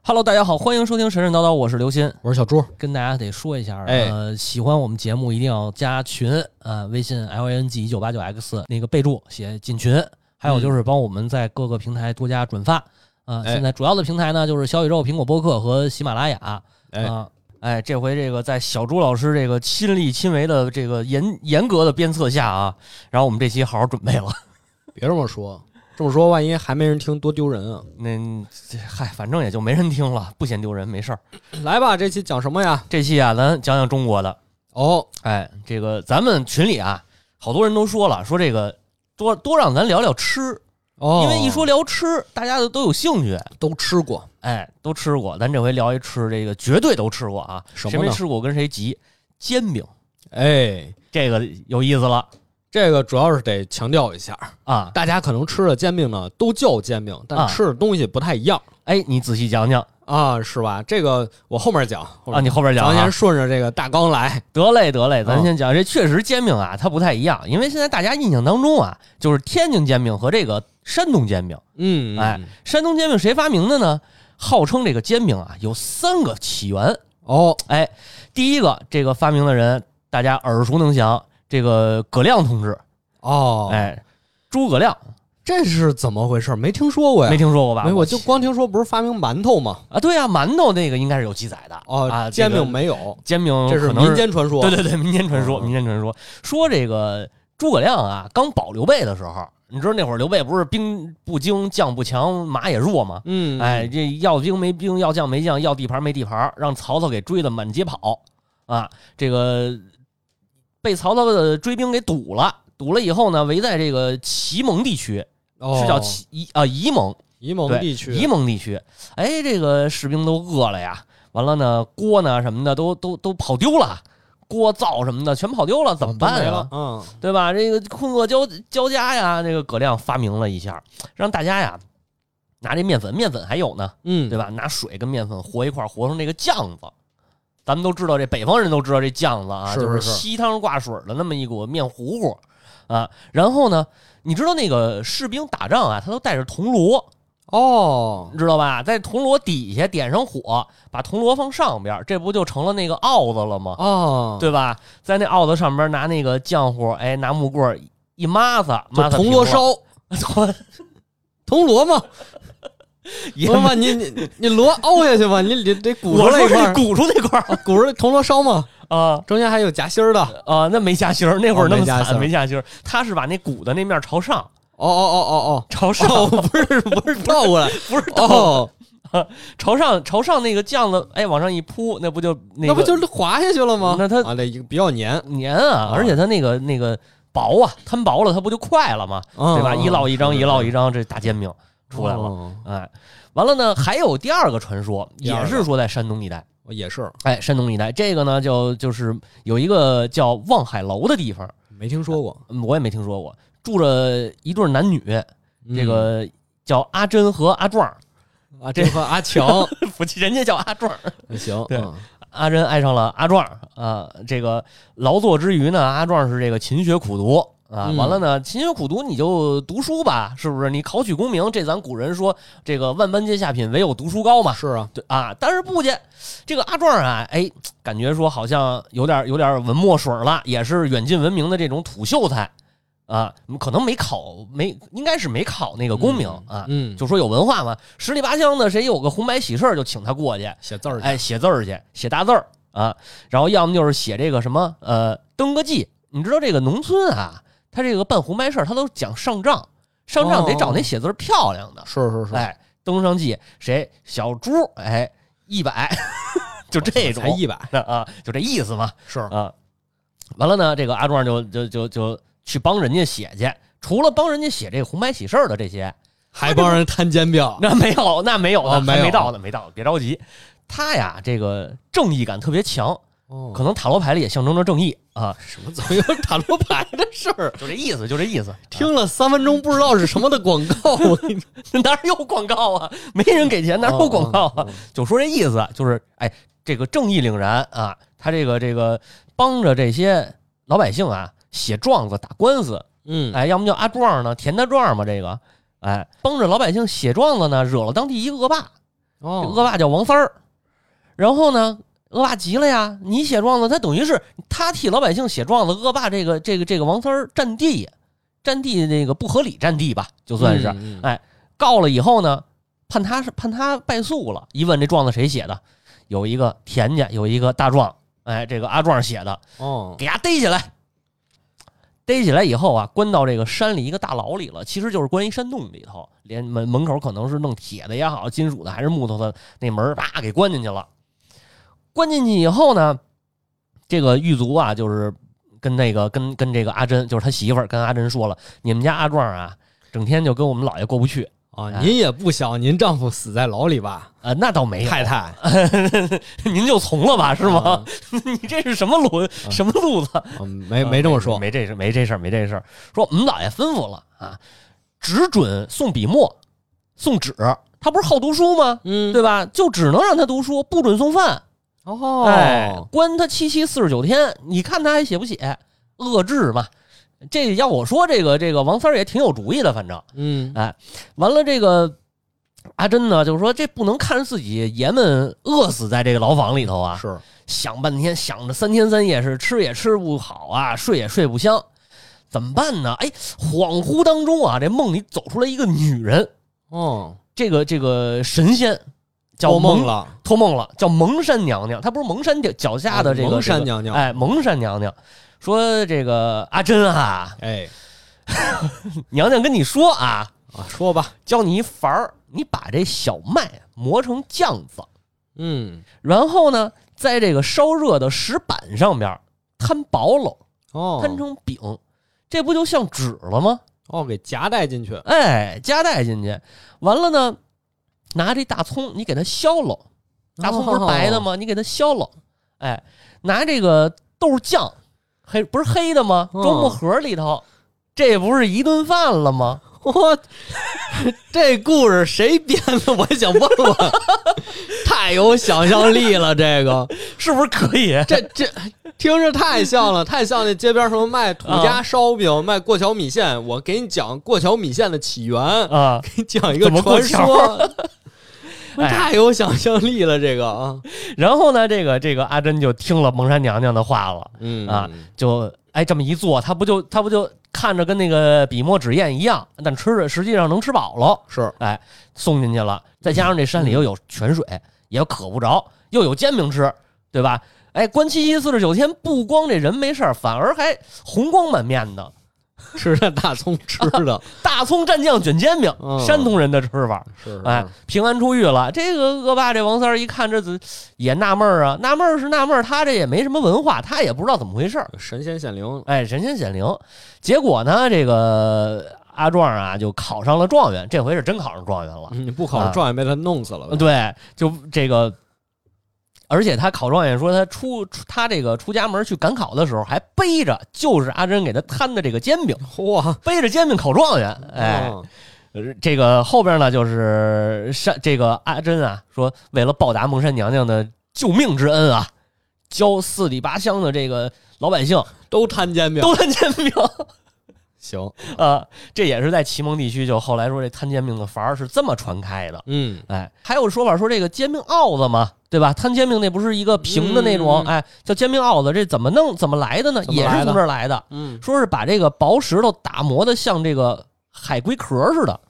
Hello，大家好，欢迎收听神神叨叨，我是刘鑫。我是小朱，跟大家得说一下，哎呃，喜欢我们节目一定要加群啊、呃微信 l n g 一九八九 x 那个备注写进群，还有就是帮我们在各个平台多加转发。啊、哎现在主要的平台呢就是小宇宙、苹果播客和喜马拉雅啊、哎哎，这回这个在小朱老师这个亲力亲为的这个严严格的鞭策下啊，然后我们这期好好准备了。别这么说，这么说万一还没人听，多丢人啊！那嗯这嗨，反正也就没人听了，不嫌丢人，没事儿。来吧，这期讲什么呀？这期啊，咱讲讲中国的。哦，哎，这个咱们群里啊，好多人都说了，说这个多多让咱聊聊吃，哦，因为一说聊吃，大家都都有兴趣。都吃过，哎，都吃过，咱这回聊一吃，这个绝对都吃过啊，什谁么没呢吃过跟谁急。煎饼哎，这个有意思了这个主要是得强调一下，啊！大家可能吃的煎饼呢都叫煎饼，啊但吃的东西不太一样哎，你仔细讲讲啊是吧？这个我后面讲啊，你后边讲咱啊先，顺着这个大纲来，得嘞得嘞，咱啊先讲这确实煎饼啊，它不太一样，因为现在大家印象当中啊，就是天津煎饼和这个山东煎饼。嗯，哎，山东煎饼谁发明的呢？号称这个煎饼啊有三个起源。哦，哎，第一个这个发明的人，大家耳熟能详，这个葛亮同志，哦，，哎，诸葛亮这是怎么回事？没听说过呀没，听说过吧？啊没，我就光听说不是发明馒头吗？啊，对啊，馒头那个应该是有记载的啊，哦，这煎个饼没有，煎饼这是可能民，间传说，对对 对，民间传说，嗯嗯民间传说说这个诸葛亮啊，刚保刘备的时候，你知道那会儿刘备不是兵不精，将不强，马也弱吗？嗯，哎，，这要兵没兵，要将没将，要地盘没地盘，让曹操给追得满街跑啊！这个被曹操的追兵给堵了，堵了以后呢，围在这个祁蒙地区，哦、是叫祁宜啊宜蒙沂蒙对地区，宜蒙地区。哎，这个士兵都饿了呀，完了呢，锅呢什么的都都都跑丢了，锅灶什么的全跑丢了，怎么办没呀？了？嗯，对吧？这个困厄交交加呀，这个葛亮发明了一下，让大家呀拿这面粉，面粉还有呢。嗯，对吧？拿水跟面粉和一块儿，和成那个酱子。咱们都知道，这北方人都知道这酱子啊，是就是是稀汤挂水的那么一股面糊糊啊。然后呢，你知道那个士兵打仗啊，他都带着铜锣，哦，你知道吧？在铜锣底下点上火，把铜锣放上边儿，这不就成了那个鏊子了吗？哦，，对吧？在那鏊子上边拿那个浆糊，哎，拿木棍儿一抹子，抹就子铜平锣了，烧， 铜锣嘛，也不是嘛，你你你锣凹下去吧，你你得鼓出我来说一块这儿，鼓出那 块儿啊鼓出来铜锣烧嘛，啊，中间还有夹心儿的，啊、那没夹心儿，那会儿哦那么没夹心惨，儿没夹心儿。他是把那鼓的那面朝 上，哦哦哦哦朝哦，上，哦，不是不是倒过来，不是倒、哦，朝上，朝上那个酱子，哎，往上一铺，那不就那个那不就是哦滑下去了吗？那它啊，那一个比较粘，粘啊？而且它那个那个薄啊，摊薄了，它不就快了吗？嗯对吧？嗯一烙一张，是一烙一张，这大煎饼出来了。哦哎，完了呢，还有第二个传说，第二也个是说在山东一带。哦也是哎，山东一带这个呢，就就是有一个叫望海楼的地方，没听说过嗯我也没听说过，住着一对男女，这个叫阿珍和阿壮儿，嗯啊，这和 阿强不，人家叫阿壮儿。 行，对嗯阿珍爱上了阿壮儿啊、这个劳作之余呢，阿壮是这个勤学苦读啊。嗯完了呢，勤学苦读你就读书吧，是不是？你考取功名，这咱古人说这个万般皆下品，唯有读书高嘛。是啊，对啊，但是不去，这个阿壮啊，哎，感觉说好像有点有点文墨水了，也是远近闻名的这种土秀才啊，可能没考没，应该是没考那个功名、啊。嗯，就说有文化嘛，十里八乡的谁有个红白喜事儿就请他过去，写字儿去，哎，写字儿去，写大字儿啊，然后要么就是写这个什么呃登个记，你知道这个农村啊，他这个办红白事儿他都讲上账，上账得找那写字儿漂亮的，是哦是是，哎，登上记谁小猪哎一百， 就这种才一百，啊，就这意思嘛是啊，完了呢，这个阿壮就就就就去帮人家写去，除了帮人家写这个红白喜事儿的这些，还帮人摊煎饼， 那没有，那没有呢，哦还没有没到呢，没到呢，别着急。他呀，这个正义感特别强，哦可能塔罗牌里也象征着正义啊，什么怎么啊有塔罗 牌的事儿？就这意思，就这意思。啊 听了三分钟不知道是什么的广告，我跟你说哪有广告啊？没人给钱，哪哦有广告啊？？ 就说这意思，就是哎，这个正义凛然啊，他这个这个帮着这些老百姓啊写状子打官司， 嗯，哎，要么叫阿壮呢，田大壮嘛，这个哎，帮着老百姓写状子呢，惹了当地一恶霸，这哦，恶霸叫王三儿。然后呢，恶霸急了呀，你写状子，他等于是他替老百姓写状子，恶霸这个这个这个王三儿占地，占地那个不合理占地吧，就算是、嗯嗯哎告了以后呢，判他是判他败诉了。一问这状子谁写的，有一个田家，有一个大壮，哎，这个阿壮写的，哦，给他逮起来。逮起来以后啊，关到这个山里一个大牢里了，其实就是关一山洞里头，连门门口可能是弄铁的也好，金属的还是木头的，那门儿啪给关进去了。关进去以后呢，这个狱卒啊，就是跟那个跟跟这个阿珍，就是他媳妇儿，跟阿珍说了，你们家阿壮啊，整天就跟我们老爷过不去，啊，您也不想您丈夫死在牢里吧？啊，那倒没有，太太 您就从了吧，是吗？啊 你这是什么路什么路子？嗯没没这么说，没这事，没这事儿，没这事儿。说我们老爷吩咐了啊，只准送笔墨，送纸。他不是好读书吗？嗯，对吧？就只能让他读书，不准送饭。哦，哎，关他七七四十九天，你看他还写不写？遏制嘛。这要我说，这个这个王三儿也挺有主意的，反正。嗯完了，这个阿珍呢，就是说这不能看着自己爷们饿死在这个牢房里头啊。是，想半天，想着三天三夜是吃也吃不好啊，睡也睡不香，怎么办呢？哎，恍惚当中啊，这梦里走出来一个女人，哦，这个这个神仙叫做梦蒙，了，托梦了，叫蒙山娘娘。她不是蒙山脚脚下的这个啊蒙山这个娘娘，哎，蒙山娘娘说这个阿珍啊，哎娘娘跟你说啊，啊，说吧，教你一法儿，你把这小麦磨成酱子，嗯，然后呢，在这个烧热的石板上边儿摊薄喽。哦，摊成饼，这不就像纸了吗？哦，给夹带进去，哎，夹带进去，完了呢，拿这大葱你给它削喽，大葱不是白的哦吗？你给它削喽，哎，拿这个豆酱，黑不是黑的吗？哦装木盒里头，这不是一顿饭了吗？我 这故事谁编的？我想问 问，太有想象力了，这个是不是可以？这这听着太像了，太像那街边什么卖土家烧饼、卖过桥米线。我给你讲过桥米线的起源， 啊，给你讲一个怎么过传说， 哎呀太有想象力了，这个啊，然后呢，这个这个阿珍就听了蒙山娘娘的话了，嗯啊，就哎这么一做，她不就她不就看着跟那个笔墨纸砚一样，但吃着实际上能吃饱喽。是送进去了，再加上这山里又有泉水，也渴不着，又有煎饼吃，对吧？哎，关七七四十九天，不光这人没事儿，反而还红光满面的。吃着大葱吃的，大葱蘸酱卷煎饼，嗯山东人的吃法。 是啊是哎，平安出狱了。这个恶霸这王三儿一看这子也纳闷儿啊，纳闷儿是纳闷儿，他这也没什么文化，他也不知道怎么回事儿。神仙显灵，哎，神仙显灵。结果呢，这个阿壮啊就考上了状元，这回是真考上状元了。嗯你不考啊试状元被他弄死了呗，对，就这个，而且他考状元说他出出他这个出家门去赶考的时候，还背着就是阿珍给他摊的这个煎饼，哇，背着煎饼考状元。哎，嗯呃这个后边呢就是山这个阿珍啊，说为了报答蒙山娘娘的救命之恩啊，教四里八乡的这个老百姓都摊煎饼，都摊煎饼行，啊，这也是在祁蒙地区，就后来说这摊煎饼的法儿是这么传开的。嗯，哎，还有说法说这个煎饼鏊子嘛，对吧？摊煎饼那不是一个平的那种，嗯哎，叫煎饼鏊子，这怎么弄？怎么来的呢？怎么也来的是从这儿来的。嗯，说是把这个薄石头打磨的像这个海龟壳似的，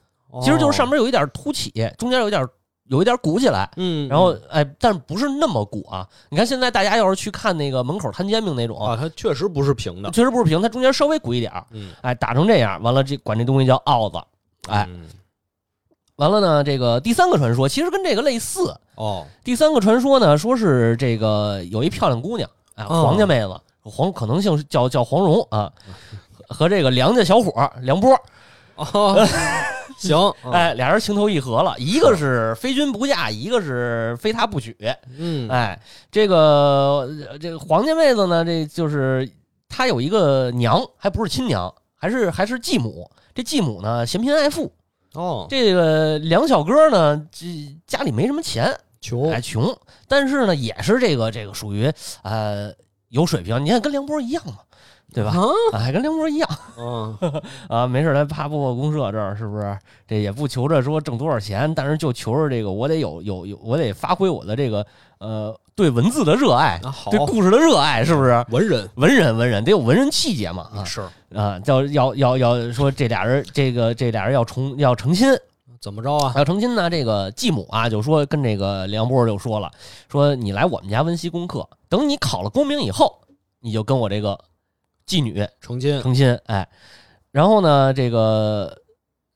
其实就是上面，面有一点凸起，中间有一点有一点鼓起来，嗯，然后哎，但不是那么鼓啊。你看现在大家要是去看那个门口摊煎饼那种，啊，它确实不是平的，确实不是平，它中间稍微鼓一点儿，嗯，哎，打成这样，完了这管这东西叫鏊子。哎嗯，完了呢，这个第三个传说其实跟这个类似，哦，第三个传说呢，说是这个有一漂亮姑娘啊，哦黄家妹子，黄可能性是叫叫黄蓉啊，和这个梁家小伙儿梁波， 哦，行，嗯，哎，俩人情投意合了，一个是非君不嫁，一个是非他不娶，嗯，哎，这个呃这个黄家妹子呢，这就是她有一个娘，还不是亲娘，还是还是继母。这继母呢，嫌贫爱富。哦，这个梁小哥呢，这家里没什么钱，穷哎，，穷，但是呢，也是这个这个属于呃有水平。你看跟梁波一样嘛，对吧？啊啊，还跟刘模一样嗯，啊，没事儿来啪破破公社这儿是不是？这也不求着说挣多少钱，但是就求着这个我得有有有，我得发挥我的这个呃对文字的热爱，那好，对故事的热爱，是不是？文人文人文人得有文人气节嘛啊是啊！要要要要说这俩人这个这俩人要重要成亲，怎么着啊？要成亲呢，这个继母啊就说跟这个梁波就说了，说你来我们家温习功课，等你考了功名以后，你就跟我这个继女成亲，成亲，哎，然后呢，这个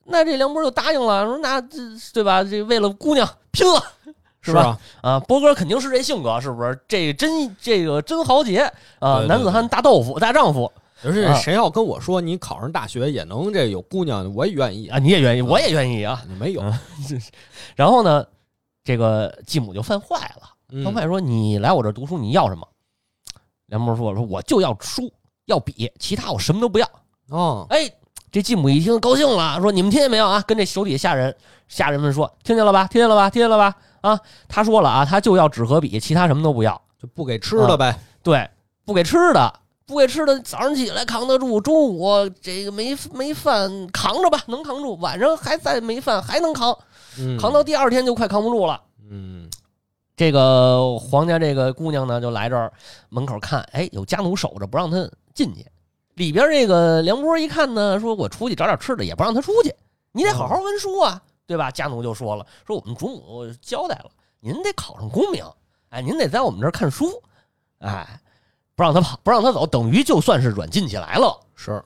那这梁波就答应了，说那这对吧？这为了姑娘拼了是吧吧？啊！波哥肯定是这性格，是不是？这真这个真豪杰啊，对对男子汉大豆腐大丈夫而且啊谁要跟我说你考上大学也能这有姑娘，我也愿意。啊！你也愿意，我也愿意啊。你没有嗯，然后呢，这个继母就犯坏了，嗯犯坏说：“你来我这儿读书，你要什么？”梁波说：“说我就要书，要笔，其他我什么都不要。”哦，哎，这继母一听高兴了，说：“你们听见没有啊？”跟这手底下下人下人们说：“听见了吧？听见了吧？听见了吧？”啊，他说了啊，他就要纸和笔，其他什么都不要。就不给吃的呗。对，不给吃的，不给吃的，早上起来扛得住，中午这个没没饭扛着吧，能扛住，晚上还再没饭还能扛，嗯，扛到第二天就快扛不住了。嗯，这个黄家这个姑娘呢，就来这儿门口看，哎，有家奴守着，不让她进去。里边这个梁波一看呢，说我出去找点吃的，也不让她出去，你得好好温书啊，对吧？家奴就说了，说我们主母交代了，您得考上功名，哎，您得在我们这儿看书，哎，不让她跑，不让她走，等于就算是软禁起来了，是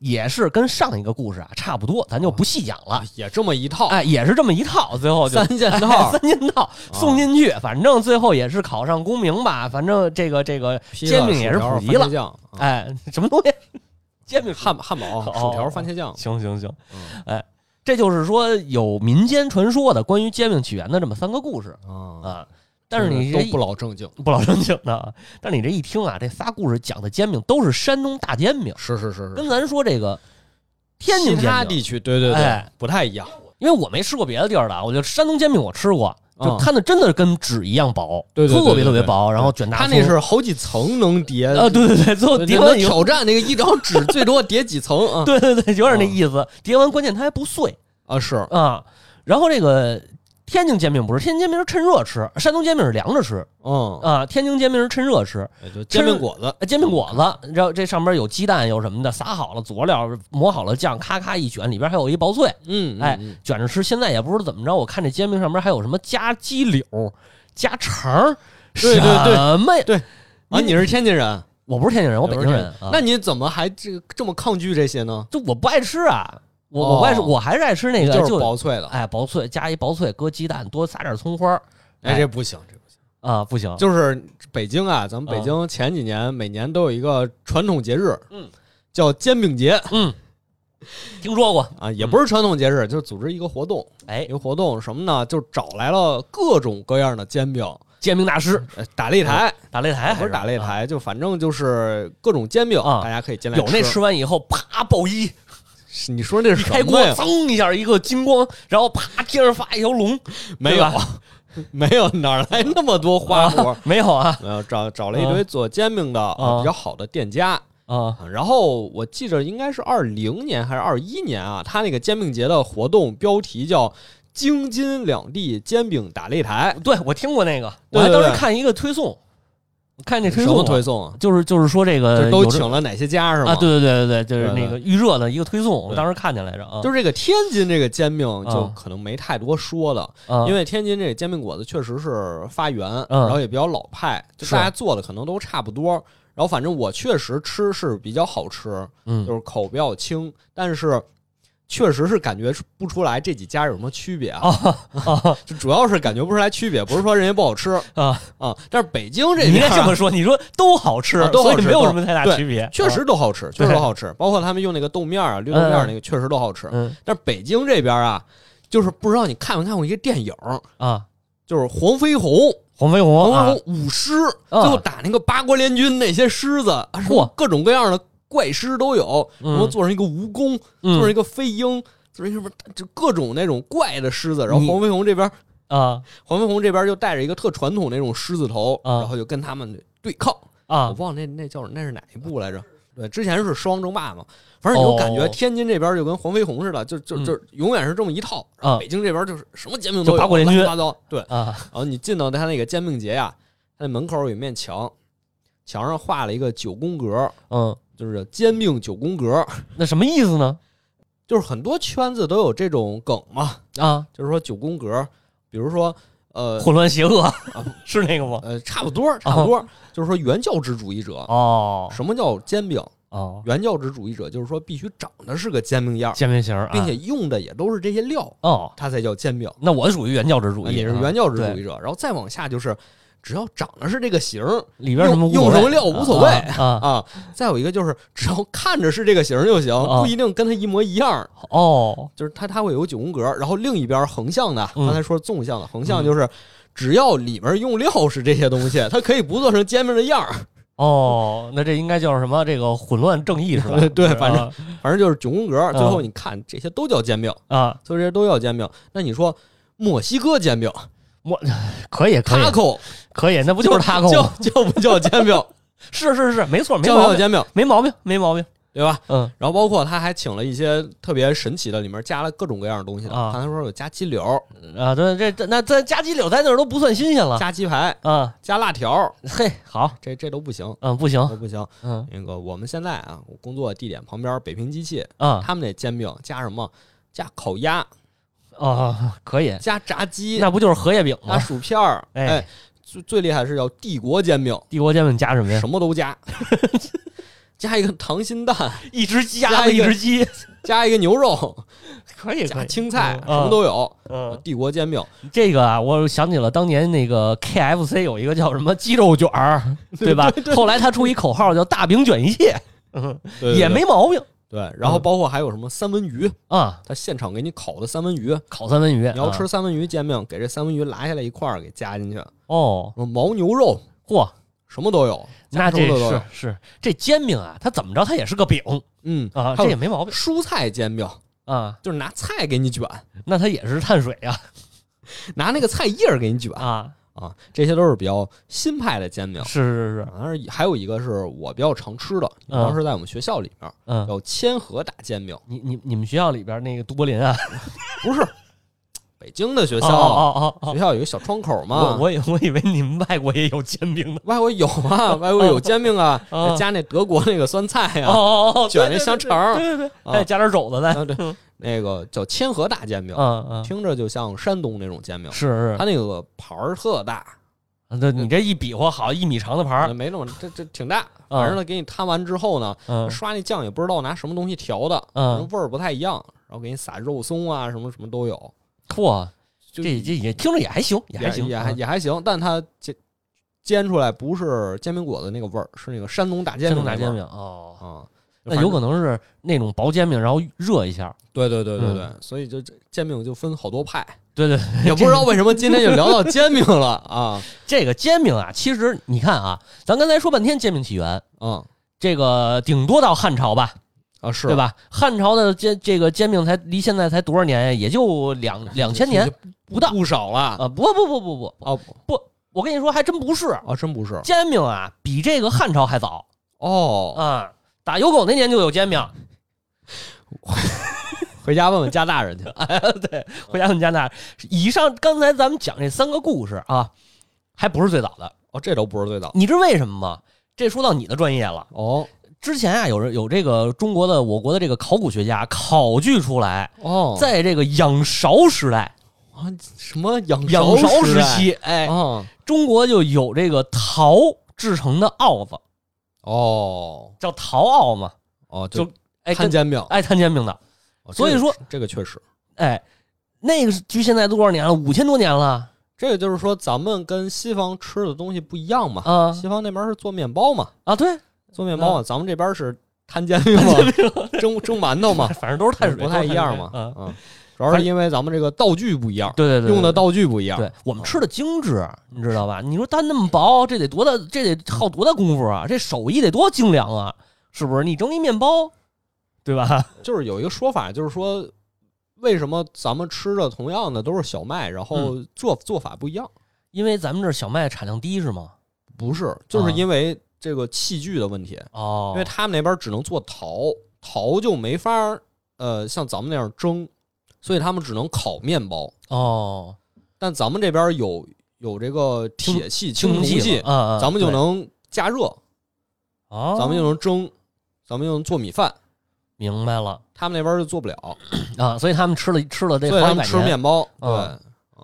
也是跟上一个故事啊差不多，咱就不细讲了啊，，也这么一套哎，也是这么一套，最后就，三件套啊三件套送进去，反正最后也是考上功名吧。反正这个这个披煎萨饼也是薯条普及番了茄酱，啊哎，什么东西？煎饼汉汉堡、哦薯条、番茄酱。行行行，嗯这就是说有民间传说的关于煎饼起源的这么三个故事啊，啊。但是你都这不老正经。不老正经的啊，但是你这一听啊，这仨故事讲的煎饼都是山东大煎饼，是是是是，跟咱说这个天津其他煎饼，地区对对对哎，不太一样。因为我没吃过别的地儿的啊，我觉得山东煎饼我吃过，就嗯摊的真的跟纸一样薄，对对对特别对对特别对薄，然后卷大它葱，那是好几层能叠啊，对对对，最后呃对叠能完以后，挑战那个一张纸最多叠几层啊？对对对，有点那意思。叠完关键它还不碎啊，是啊。然后这个天津煎饼不是，天津煎饼是趁热吃，山东煎饼是凉着吃嗯，啊。天津煎饼是趁热吃，也就煎饼果子呃煎饼果子，然后这上边有鸡蛋有什么的，撒好了佐料，抹好了酱，咔咔一卷，里边还有一薄脆，嗯，嗯哎嗯卷着吃。现在也不知道怎么着，我看这煎饼上边还有什么加鸡柳、加肠儿，对对对什么呀？啊，你是天津人，我不是天津人，我北京人啊。那你怎么还这个这么抗拒这些呢？就我不爱吃啊，我我不爱吃，哦我还是爱吃那个就是薄脆的，哎，薄脆加一薄脆，搁鸡蛋，多撒点葱花儿哎哎，这不行，这不行。啊，不行，就是北京啊，咱们北京前几年每年都有一个传统节日，嗯，叫煎饼节嗯，听说过，啊，也不是传统节日，就是组织一个活动，哎一，个活动什么呢？就找来了各种各样的煎饼，煎饼大师呃打擂台，打擂台还不是打擂啊台，就反正就是各种煎饼，啊大家可以进来有那吃完以后，啪爆衣，是你说那是一开什锅么呀？噌一下一个金光，然后啪天上发一条龙，没对有吧， 没有，哪儿来那么多 花活？没有啊没有，找找了一堆做煎饼的、啊比较好的店家。啊啊然后我记着应该是二零年还是二一年啊，他那个煎饼节的活动标题叫“京津两地煎饼打擂台对我听过那个，我对还对当时对看一个推送，我看”，那推什送么啊推送啊？就是就是说这这个都有这请了哪些家是吗？啊，对对对对对，就是对对那个预热的一个推送，我对当时看见来着啊，就是这个天津这个煎饼就啊可能没太多说的，啊因为天津这个煎饼果子确实是发源，嗯然后也比较老派，就是大家做的可能都差不多。然后反正我确实吃是比较好吃，就嗯是口比较轻，但是确实是感觉不出来这几家有什么区别啊， 就主要是感觉不出来区别，不是说人家不好吃啊，啊，但是北京这你应边该儿这么说，你说都好吃啊，都好所以吃没有都什么太大对区别，确啊，实都好吃，确实都好吃，包括他们用那个豆面儿啊、绿豆面儿那个确实都好吃，嗯但是北京这边儿啊，就是不知道你看没看过一个电影儿，啊，就是黄飞鸿。黄飞鸿黄啊飞，鸿舞狮，啊最后打那个八国联军那些狮子，啊，什么嚯各种各样的怪狮都有，什嗯么做成一个蜈蚣，做成一嗯个飞鹰，做成什么就各种那种怪的狮子。然后你黄飞鸿这边，啊黄飞鸿这边就带着一个特传统那种狮子头，啊然后就跟他们对抗。我啊，忘了那那叫那是哪一部来着？对，之前是狮王争霸嘛，反正你就感觉哦天津这边就跟黄飞鸿似的，就就嗯就永远是这么一套。然后啊北京这边就是什么煎饼就都有，八国联乱军七八糟。对，啊，然后你进到他那个煎饼节呀、他那门口有一面墙，墙上画了一个九宫格，嗯，就是煎饼九宫格，那什么意思呢？就是很多圈子都有这种梗嘛，啊，就是说九宫格，比如说呃混乱邪恶 是那个吗？呃，差不多差不多，就是说原教旨主义者，哦什么叫煎饼？哦，原教旨主义者就是说必须长得是个煎饼样儿，煎饼型儿啊，并且用的也都是这些料，哦，它才叫煎饼。那我属于原教旨主啊义，你是啊原教旨对主义者，然后再往下就是，只要长得是这个形儿里边什么用无所谓用什么料无所谓啊啊啊，再有一个就是只要看着是这个形儿就行，啊不一定跟它一模一样儿。哦，就是它它会有九宫格，然后另一边横向的，嗯刚才说纵向的，横向就是只要里面用料是这些东西，它可以不做成煎饼的样儿。？哦，那这应该叫什么？这个混乱正义是吧对是吧反正反正就是九宫格，最后嗯你看这些都叫煎饼，啊，所以这些都叫煎饼。那你说墨西哥煎饼可以可以 taco 可以，那不就是他跟叫我？叫不叫煎饼？是是是， 没错，没叫不毛叫病，煎饼？没毛病，没毛病。对吧？嗯，然后包括他还请了一些特别神奇的，里面加了各种各样的东西的。啊刚才说有加鸡柳、啊，对，这这那咱加鸡柳在那儿都不算新鲜了加鸡排、啊。加辣条，嘿，好，这这都不行，嗯，不行，都不行。嗯那个我们现在啊，我工作地点旁边北平机器，啊他们那煎饼加什么？加烤鸭、啊，可以，加炸鸡、那不就是荷叶饼加吗？薯片儿。哎哎，最最厉害是要帝国煎饼，帝国煎饼加什么呀？什么都加， 加一个溏心蛋，一只加鸭子，一一个只鸡，加一个牛肉， 可以，可加以青菜，嗯什么都有。嗯，帝国煎饼， 这个啊，我想起了当年那个 KFC 有一个叫什么鸡肉卷 儿，对吧？后来他出一口号叫“大饼卷一切”，嗯，对对也对没嗯毛病对。然后包括还有什么三文鱼，啊。他现场给你烤的三文鱼，烤三文鱼，你要啊吃三文鱼煎饼，给这三文鱼拿下来一块儿给加进去，什哦，么牦牛肉嚯，什么都有，那加这州的都是有，是这煎饼啊，它怎么着它也是个饼嗯啊，还这有也没毛病蔬菜煎饼啊，就是拿菜给你卷，那它也是碳水 啊拿那个菜叶儿给你卷啊，啊，这些都是比较新派的煎饼。是是是，当然，还有一个是我比较常吃的，嗯当时在我们学校里面嗯，叫千和大煎饼，你你你们学校里边那个都柏林啊，不是北京的学哦校，哦哦哦，学校有一小窗口嘛，我我以我以为你们外国也有煎饼呢，外国有 啊，外国有煎饼啊啊，加那德国那个酸菜哦啊，哦哦，卷那对对香对肠儿对对对，啊再加点肘子再，啊，对，那个叫千和大煎饼，嗯嗯，听着就像山东那种煎饼，是它那个盘儿特大，是，那你这一比划好一米长的盘儿，哦没那么这这挺大，嗯反正它给你摊完之后呢，嗯刷那酱也不知道拿什么东西调的，嗯反正味儿不太一样，然后给你撒肉松啊，什么什么都有，嚯，就这这也听着也还行，也也还行，也还嗯也还行，但它煎煎出来不是煎饼果子那个味儿，是那个山东大煎煎饼饼那打味儿煎饼哦，啊，那有可能，能是那种薄煎饼，然后热一下，对对对对嗯对，所以就这煎饼就分好多派，对对， 也不知道为什么今天就聊到煎饼了啊，这个煎饼啊，其实你看啊，咱刚才说半天煎饼起源，嗯这个顶多到汉朝吧，啊是对？吧？汉朝的煎这个煎饼才离现在才多少年呀？也就两两千年不到不少了啊！不不不不不，啊我跟你说，还真不是，啊，真不是煎饼啊比这个汉朝还早哦。啊！打有狗那年就有煎饼，回家问问加大人去。回家问加拿大。以上刚才咱们讲这三个故事啊，还不是最早的，哦，这都不是对的。你知为什么吗？这说到你的专业了。哦之前啊，有人有这个中国的我国的这个考古学家考据出来，哦，在这个仰韶时代、啊什么仰仰韶时代期，哎，啊中国就有这个陶制成的鏊子，哦叫陶鏊嘛，哦，就哎，摊跟煎饼。哎摊煎饼的，哦所以这个说是这个确实，哎，那个是距现在多少年了？五千多年了这个就是说咱们跟西方吃的东西不一样嘛。啊西方那边是做面包嘛，啊！对，做面包嘛，啊咱们这边是摊煎饼嘛，蒸蒸馒头 嘛，反正都是碳水，不太一样嘛嘛。。嗯，嗯，主要是因为咱们这个道具不一样，对对对，对用的道具不一样。对我们吃的精致，嗯你知道吧？你说它那么薄，这得多大，这得耗多大功夫啊？这手艺得多精良啊，是不是？你蒸一面包，对吧？ 就是有一个说法，就是说为什么咱们吃的同样的都是小麦，然嗯后做、做法不一样？因为咱们这儿小麦产量低是吗？不是，就是啊因为这个器具的问题，哦因为他们那边只能做陶，陶就没法儿呃像咱们那样蒸，所以他们只能烤面包。哦，但咱们这边有有这个铁器、青铜器，啊，嗯咱们就，能加热，哦，咱们就能蒸，咱们就能做米饭。明白了他们那边就做不了，啊，所以他们吃了吃了这所以好他几百们吃年，面包。对，嗯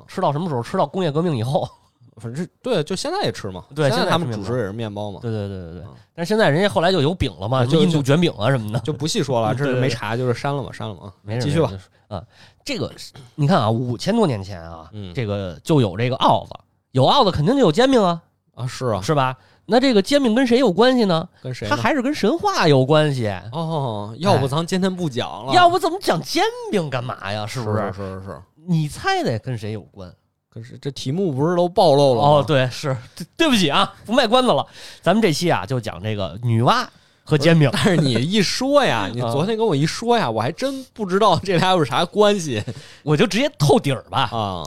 吃到什么时候？吃到工业革命以后。 反正对，就现在也吃嘛。对现现在他们吃主面食也是面包嘛，对对对对对嗯。但是现在人家后来就有饼了嘛，啊什么就印度卷饼啊什么 的，就不细说了，嗯这对是对没对查，就是删了嘛，删了嘛。啊没事，继续吧没事。就是啊，这个是你看啊，五千多年前啊，嗯这个就有这个鏊子，有鏊子肯定就有煎饼啊，啊，是啊，是吧？那这个煎饼跟谁有关系呢？跟谁呢？它还是跟神话有关系。哦，要不咱今天不讲了，要不怎么讲煎饼干嘛呀？是是不是是是是。你猜得跟谁有关？可是这题目不是都暴露了吗哦，， 对，是对，对不起啊，不卖关子了。咱们这期啊，就讲这个女娲和煎饼。但是你一说 呀，你昨天跟我一说呀，我还真不知道这俩有啥关系我就直接透底儿吧。 啊。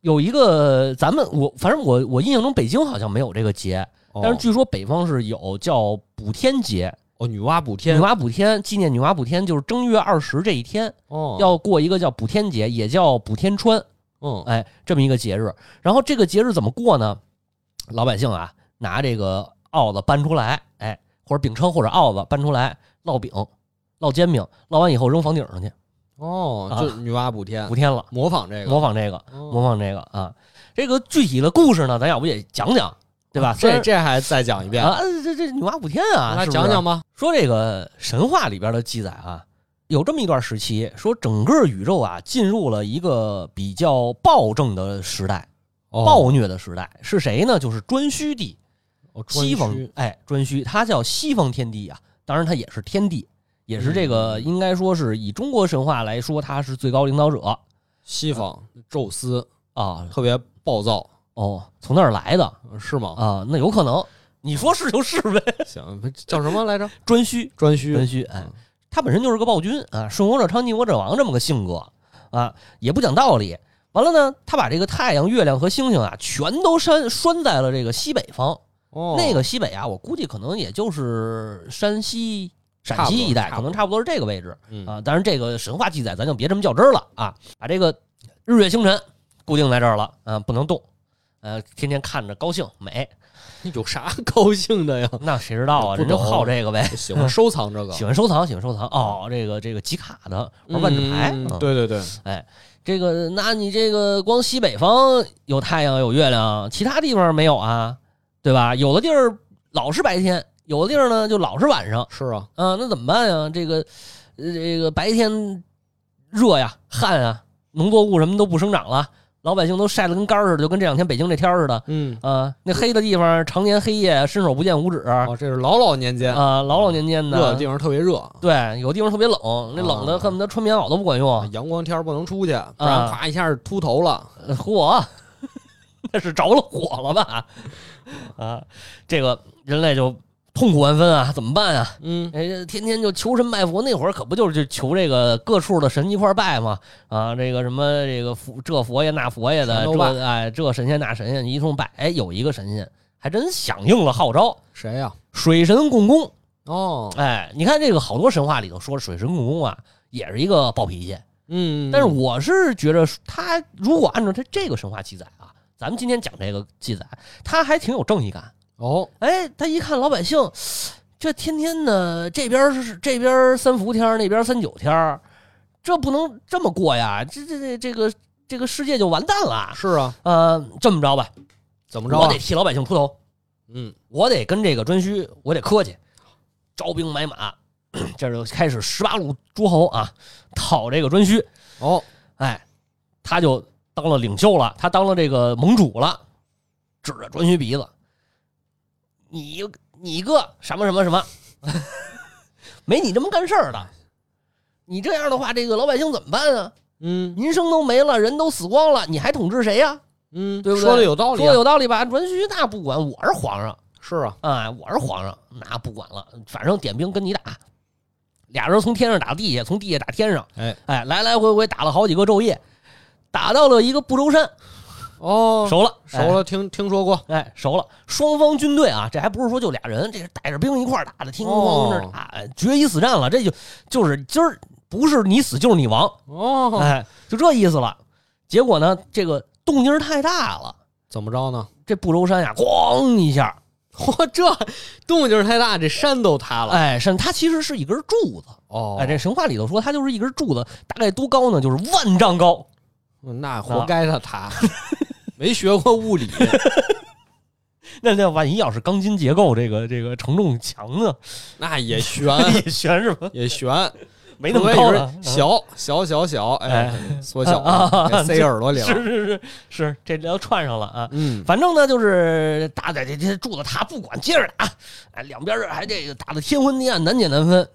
有一个咱们我反正我我印象中北京好像没有这个节，哦但是据说北方是有叫补天节，哦，女娲补女天娲补天，纪念女娲补天，就是正月二十这一天哦，要过一个叫补天节，也叫补天川，嗯哎，这么一个节日。然后这个节日怎么过呢？老百姓啊，拿这个鏊子搬出来，哎，或者饼铛或者鏊子搬出来烙饼、烙煎饼，烙完以后扔房顶上去，哦，就女娲补天补，天了，模仿这个，模仿这个，哦模仿这个啊。这个具体的故事呢，咱要不也讲讲，对吧？虽啊这然这还再讲一遍，啊，这这女娲补天啊，来是不是讲讲吧。说这个神话里边的记载啊，有这么一段时期，说整个宇宙啊进入了一个比较暴政的时代，哦，暴虐的时代。是谁呢？就是颛顼帝，哦西方颛顼哎，颛顼，他叫西方天帝啊，当然他也是天帝，也是这个、应该说是以中国神话来说，他是最高领导者西方宙斯啊。特别暴躁，哦，从那儿来的是吗？啊，那有可能。你说是就是呗，行，叫什么来着？ 颛顼，颛顼颛顼，哎，他本身就是个暴君啊，顺我者昌，逆我者亡这么个性格啊，也不讲道理。完了呢，他把这个太阳、月亮和星星啊，全都拴拴在了这个西北方。哦，那个西北啊，我估计可能也就是山西、陕差不西多一带，差不可多能差不多是这个位置嗯啊。当然，这个神话记载咱就别这么较真儿了啊，把这个日月星辰固定在这儿了啊，不能动。呃，天天看着高兴 美，有啥高 兴的呀？那谁知道啊？不人就懂好这个 呗。喜欢收藏这个，喜欢收藏，喜欢收藏哦，这个这个集卡的玩万智牌，嗯嗯对对对，这个，那你这个光西北方有太阳有月亮，其他地方没有啊，对吧？有的地儿老是白天，有的地儿呢就老是晚上是啊，啊，那怎么办呀？这个，呃这个白天热呀、旱啊，农作物什么都不生长了，老百姓都晒得跟干儿似的，就跟这两天北京这天儿似的嗯，啊。那黑的地方常年黑夜，伸手不见五指啊，哦，这是老老年间，老老年间的热的地方特别热，对，有地方特别冷，那冷的啊哎恨不得穿棉袄都不管用。阳光天儿不能出去，不然啊啪一下儿秃头了。呃火， 那是着了火了吧？ 啊，这个人类就痛苦万分啊，怎么办啊？嗯，哎，天天就求神拜佛，那会儿可不就是求这个各处的神一块儿拜嘛？啊，这个什么这个佛这佛爷那佛爷的，全都拜这哎这神仙那神仙，你一通拜，哎，有一个神仙还真响应了号召， 谁呀？水神共工。哦，哎，你看这个好多神话里头说水神共工啊，也是一个暴脾气。嗯，但是我是觉着他如果按照他这个神话记载啊，咱们今天讲这个记载，他还挺有正义感。哦，哎，他一看老百姓，这天天呢，这边是这边三伏天儿，那边三九天儿，这不能这么过呀！这这这这个这个世界就完蛋了。是啊，呃，这么着吧，怎么着我啊？得替老百姓出头，嗯，我得跟这个颛顼，我得客气，招兵买马，这就开始十八路诸侯啊，讨这个颛顼。哦，哎，他就当了领袖了，他当了这个盟主了，指着颛顼鼻子，你你个什么什么什 么，没你这么干事儿的，你这样的话，这个老百姓怎么办啊？嗯民生都没了，人都死光了，你还统治谁呀、嗯，对不对说的有道理说的啊，有道理吧？颛顼那不管，我是皇上，是啊，哎，我是皇上，那不管了，反正点兵跟你打。俩人从天上打地下，从地下打天上，哎哎，来来回回打了好几个昼夜，打到了一个不周山，哦，熟了，熟了，听听说过，哎，熟了。双方军队啊，这还不是说就俩人，这是带着兵一块儿打的，听哦咣那儿打，哎决一死战了。这就就是今儿不是你死就是你亡，哦，哎，就这意思了。结果呢，这个动静儿太大了，怎么着呢？这不周山呀，咣一下，嚯，这动静太大，这山都塌了。哎，山它其实是一根柱子，哦，哎，这神话里头说它就是一根柱子，大概多高呢？就是万丈高。啊那活该他塌，没学过物理， 那那万一要是钢筋结构，这个这个承重墙呢， 那也悬，也 悬是吧？也悬，没那么除非高有了嗯人，小小小小，哎，缩小 啊啊了，给塞耳朵里是了。是是是，这聊串上了啊。嗯，反正呢，就是打的这这柱子塌，不管接着打，哎，两边还这个打的天昏地暗，难解难分。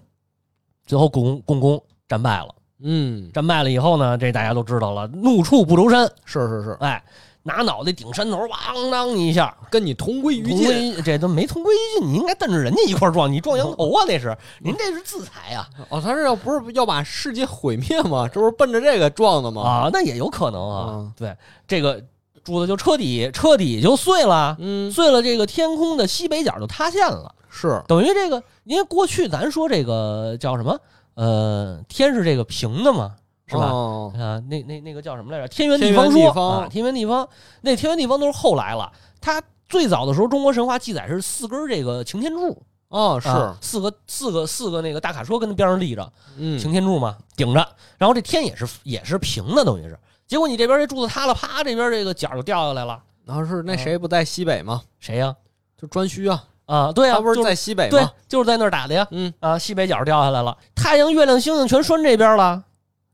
最后共共工战败了，嗯，战败了以后呢，这大家都知道了，怒触不周山，是是是，哎，拿脑袋顶山头，咣当一下，跟你同归于同尽。归这都没同归于尽，你应该瞪着人家一块儿撞，你撞羊头啊，那是您这是自裁啊哦，他是要不是要把世界毁灭吗？这不是奔着这个撞的吗？啊，那也有可能啊嗯，对，这个柱子就彻底彻底就碎了，嗯，碎了，这个天空的西北角就塌陷了，是，等于这个，因为过去咱说这个叫什么，呃，天是这个平的嘛，是吧？哦啊，那那那个叫什么来着？天圆地方说天圆地方啊，天圆地方，那天圆地方都是后来了，它。最早的时候，中国神话记载是四根这个擎天柱，哦，是，啊四个四个四个那个大卡车跟那边上立着，嗯，擎天柱嘛，顶着，然后这天也是也是平的，等于是。结果你这边这柱子塌了，啪，这边这个角就掉下来了。然后是啊那谁不在西北吗？谁呀、就颛顼啊，啊？对啊，他不就是在西北对吗？，就是在那儿打的呀。嗯，啊，西北角掉下来了，太阳、月亮、星星全拴这边了，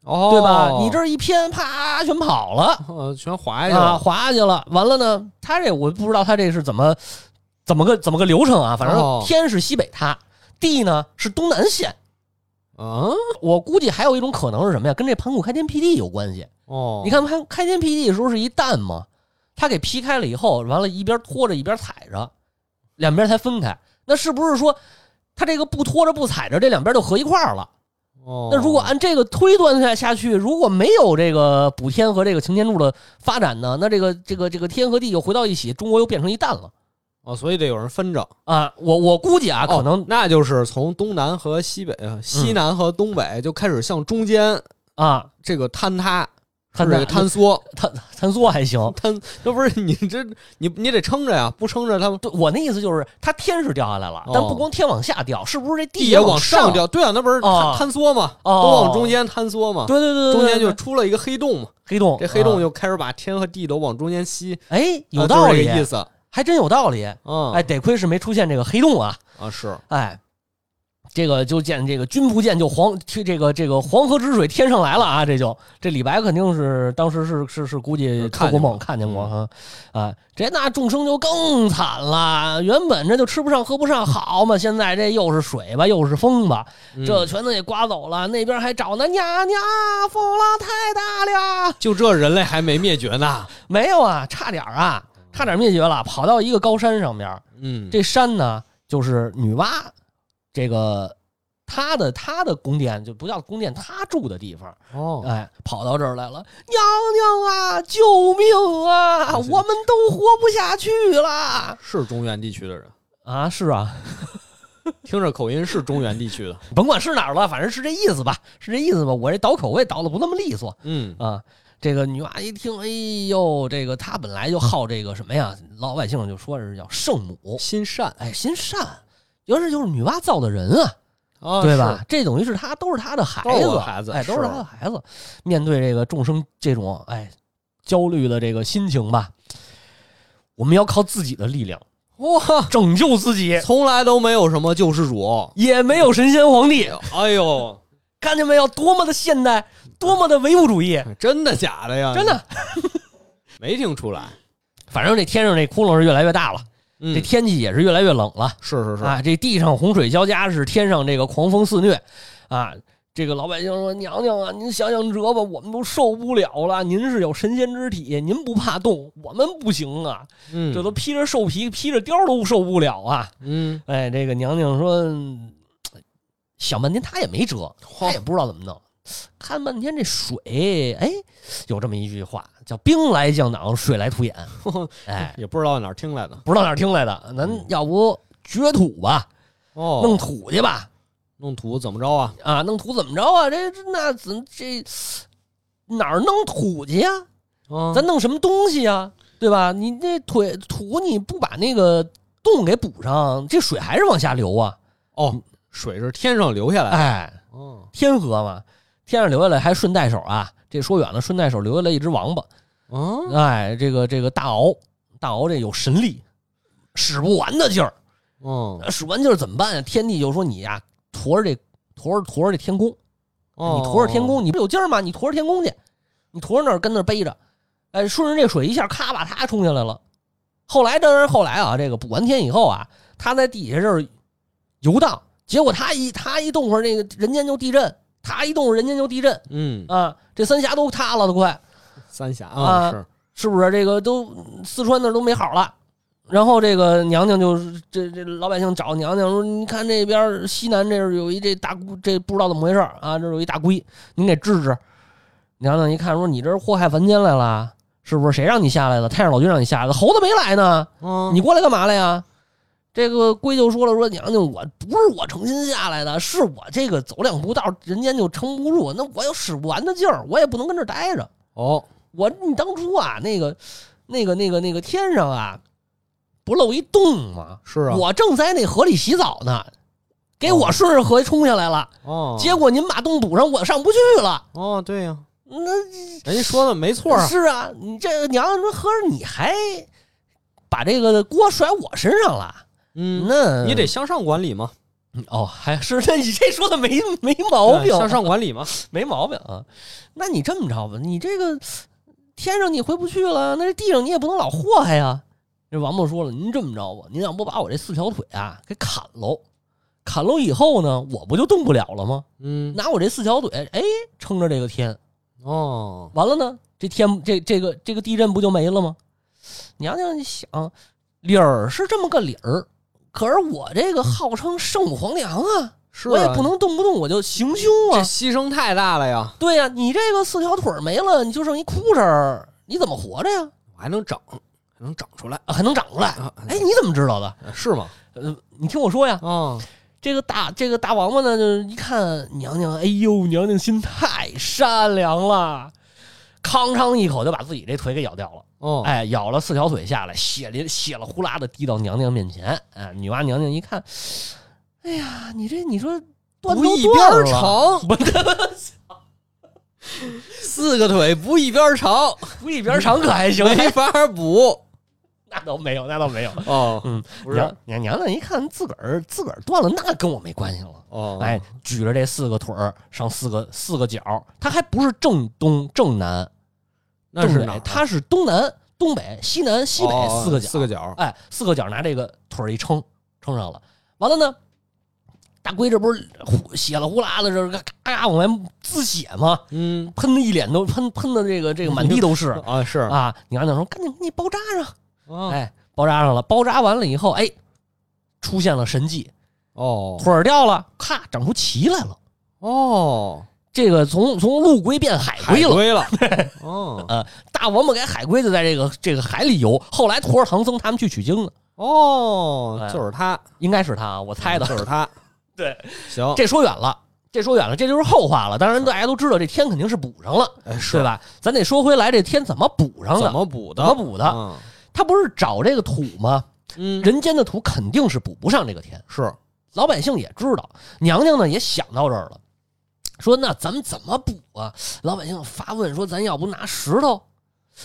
哦，对吧？你这一偏，啪，全跑了呃全滑下去啊，了，滑下去了。完了呢，他这我不知道他这是怎么怎么个怎么个流程啊，反正哦天是西北塌，地呢是东南陷。嗯，我估计还有一种可能是什么呀？跟这盘古开天辟地有关系。哦，你看盘开天辟地的时候是一蛋嘛，他给劈开了以后，完了一边拖着一边踩着，两边才分开。那是不是说他这个不拖着不踩着，这两边就合一块儿了？哦，那如果按这个推断下下去，如果没有这个补天和这个擎天柱的发展呢，那这个这个这个天和地又回到一起，中国又变成一蛋了哦，所以得有人分着，啊！我我估计啊，哦可能、嗯那就是从东南和西北，呃西南和东北就开始向中间啊，这个坍塌，坍是这个塌哦坍缩，坍坍缩还行。 坍，那不是你这你 你得撑着呀，不撑着他们对，我那意思就是，它天是掉下来了，但不光天往下掉，是不是这哦地也也往上上？掉，对啊，那不是哦坍坍缩嘛，哦都往中间坍缩嘛，对对对对，中间对哦对就出了一个黑洞嘛，黑洞，这黑洞就就开始把天和地都往中间吸，哎有呃道就是理这，个意思，还真有道理。嗯，哎，得亏是没出现这个黑洞啊，啊是，哎。这个就见这个君不见就黄，这这个这个黄河之水天上来了啊！这就这李白肯定是当时是是是估计是做看见过梦过嗯看见过啊啊！这那众生就更惨了，原本这就吃不上喝不上，好嘛，现在这又是水吧，又是风吧，嗯这全都给刮走了，那边还找呢，娘娘，风浪太大了，就这人类还没灭绝呢，没有啊，差点儿啊，差点灭绝了，跑到一个高山上面，嗯，这山呢就是女娲，这个她的她的宫殿就不叫宫殿，她住的地方，哦，哎，跑到这儿来了，娘娘啊，救命啊，我们都活不下去了是中原地区的人，啊！是啊，听着口音是中原地区的，甭管是哪儿了，反正是这意思吧，是这意思吧，我这倒口我也倒的不那么利索。嗯，啊，这个女娲一听，哎呦，这个她本来就好这个什么呀，老百姓就说是叫圣母，心善哎，心善，原来就是女娲造的人啊，啊，对吧？这等于是她都是她的孩都是我子，的孩子哎，都是是她的孩子。面对这个众生这种哎焦虑的这个心情吧，我们要靠自己的力量是？哇，拯救自己，从来都没有什么救世主。也没有神仙皇帝，哎呦，看见没有？多么的现代，多么的唯物主义，真的假的呀？真的。没听出来。反正这天上这窟窿是越来越大了，嗯这，天气也是越来越冷了。是是是，啊，这地上洪水交加，是天上这个狂风肆虐，啊，这个老百姓说：“娘娘啊，您想想辙吧，我们都受不了了。您是有神仙之体，您不怕冻，我们不行啊，嗯，这都披着兽皮，披着貂都受不了啊。嗯，”哎，这个娘娘说，嗯想半天她也没辙，她嚯也不知道怎么弄，看半天这水，哎，有这么一句话叫“兵来将挡，水来 土掩”，哎，也不知道哪儿听来的不知道哪儿听来的，咱嗯要不掘土吧，哦。弄土去吧，弄土怎么着啊？啊，弄土怎么着啊？这这那怎这哪儿弄土去呀、啊咱弄什么东西呀、对吧？你那腿土你不把那个洞给补上，这水还是往下流啊！哦，水是天上流下来的。哎，哦天河嘛，天上流下来还顺带手啊，这说远了顺带手留下来一只王八，啊，哎，这个这个大鳌，大鳌这有神力，使不完的劲儿，嗯，使不完劲儿怎么办呀、天帝就说你呀、驮着这驮着驮着这天宫，哦你驮着天宫，你不有劲儿吗？你驮着天宫去，你驮着那儿跟那儿背着，哎，顺着这水一下咔把他冲下来了。后来当然后来啊，这个补完天以后啊，他在底下这儿游荡，结果他一他一动会儿，那个人间就地震，他一动人间就地震嗯，啊，这三峡都塌了都快，三峡啊是是不是？这个都四川那儿都没好了。然后这个娘娘就是这这老百姓找娘娘说：“你看这边儿西南这儿有一这大龟，这不知道怎么回事儿啊，这儿有一大龟，您给治治。”娘娘一看说：“你这是祸害凡间来了，是不是？谁让你下来的？太上老君让你下来的，猴子没来呢，嗯你过来干嘛来呀？”这个龟就说了：“说娘娘，我不是我诚心下来的，是我这个走两步道，人间就撑不住，那我有使不完的劲儿，我也不能跟这儿待着。”哦，我你当初啊，那个、那个、那个、那个天上啊，不漏一洞吗？是啊，我正在那河里洗澡呢，给我顺着河冲下来了。哦，结果您把洞补上，我上不去了。哦，对呀，那人家说的没错啊，是啊，你这娘说合着你还把这个锅甩我身上了？嗯，那你得向上管理嘛，哦，还是那你这说的没没毛对啊病，向上管理嘛，没毛病啊。那你这么着吧，你这个天上你回不去了，那这地上你也不能老祸害呀。这王八说了，您这么着吧，您要不把我这四条腿啊给砍喽，砍喽以后呢，我不就动不了了吗？嗯，拿我这四条腿，哎，撑着这个天，哦，完了呢，这天这这个这个地震不就没了吗？娘娘一想，理儿是这么个理儿，可是我这个号称圣母皇娘啊，是我也啊不能动不动我就行凶这啊，牺牲太大了呀，对呀、你这个四条腿儿没了，你就剩一裤衩儿，你怎么活着呀？我还能长，还能长出来啊还能长出来？啊，哎，你怎么知道的？是吗？呃，你听我说呀，啊，这个大这个大王八呢，就是一看娘娘，哎呦，娘娘心太善良了，康昌一口就把自己这腿给咬掉了，哦，哎，咬了四条腿下来，血淋血了呼啦的滴到娘娘面前，哎，女娲娘娘一看，哎呀，你这你说断不都一边断儿了，长， 四个腿不一边儿长，不一边儿长可还哎行， 没法儿补那倒没有，那倒没有。哦，嗯，不娘是娘娘娘一看自个儿自个儿断了，那跟我没关系了。哦，哎，举着这四个腿儿上四个四个角，他还不是正东正南，那是正哪儿北啊？他是东南、东北、西南、西北哦四个角，四个角，哎，四个角拿这个腿儿一撑，撑上了。完了呢，大龟这不是呼血了呼啦的，这嘎嘎往外滋血吗？嗯喷的一脸都喷喷的这个这个满地都是啊是啊，啊！娘娘说：“赶紧给你包扎上。”嗯哎，包扎上了，包扎完了以后，哎，出现了神迹，哦腿儿掉了，咔，长出鳍来了。哦，这个从从陆龟变海海龟了， 龟了，哦呃，大王八改海龟就在这个这个海里游。后来驮着唐僧他们去取经呢，哦，哎就是他应该是他啊，我猜的。嗯就是他，对，行， 这说远了，这说远了，这就是后话了。当然，大家都知道这天肯定是补上了，哎是对吧？咱得说回来，这天怎么补上的？怎么补的？怎么补的嗯他不是找这个土吗？嗯，人间的土肯定是补不上这个天。是老百姓也知道，娘娘呢也想到这儿了，说那咱们怎么补啊？老百姓发问说，咱要不拿石头，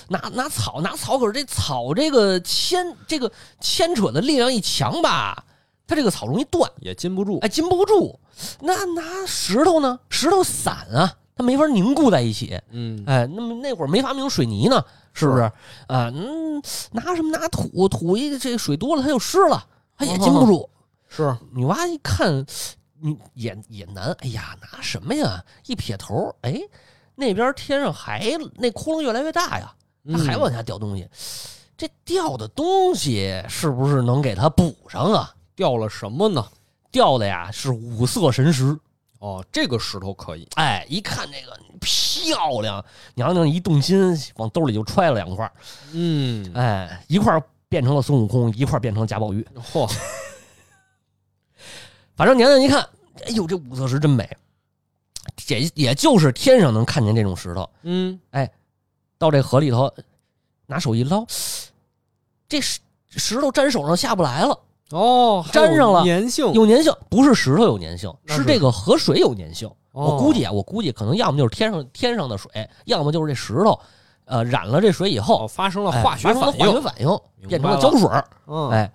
拿拿草，拿草，可是这草这个牵这个牵扯的力量一强吧，它这个草容易断，也禁不住哎，禁不住。那拿石头呢？石头散啊，它没法凝固在一起。嗯哎，那么那会儿没发明水泥呢，是不是？啊、嗯，拿什么拿土？土一这水多了，它就湿了，它也禁不住。是女娲一看，你也也难，哎呀，拿什么呀？一撇头，哎，那边天上还那窟窿越来越大呀，它还往下掉东西。这掉的东西是不是能给它补上啊？掉了什么呢？掉的呀是五色神石，哦，这个石头可以，哎，一看这个漂亮，娘娘一动心，往兜里就揣了两块儿，嗯，哎，一块儿变成了孙悟空，一块儿变成了贾宝玉。嚯、反正娘娘一看，哎呦，这五色石真美，也也就是天上能看见这种石头。嗯，到这河里头，拿手一捞，这石石头粘手上下不来了，哦，还有粘上了粘性，有粘性，不是石头有粘性，那是是这个河水有粘性。哦我估计啊，我估计可能要么就是天上天上的水，要么就是这石头，呃，染了这水以后哦，，发生了哎化学发生了反化学应，反应明变成了白了胶水儿。嗯，哎，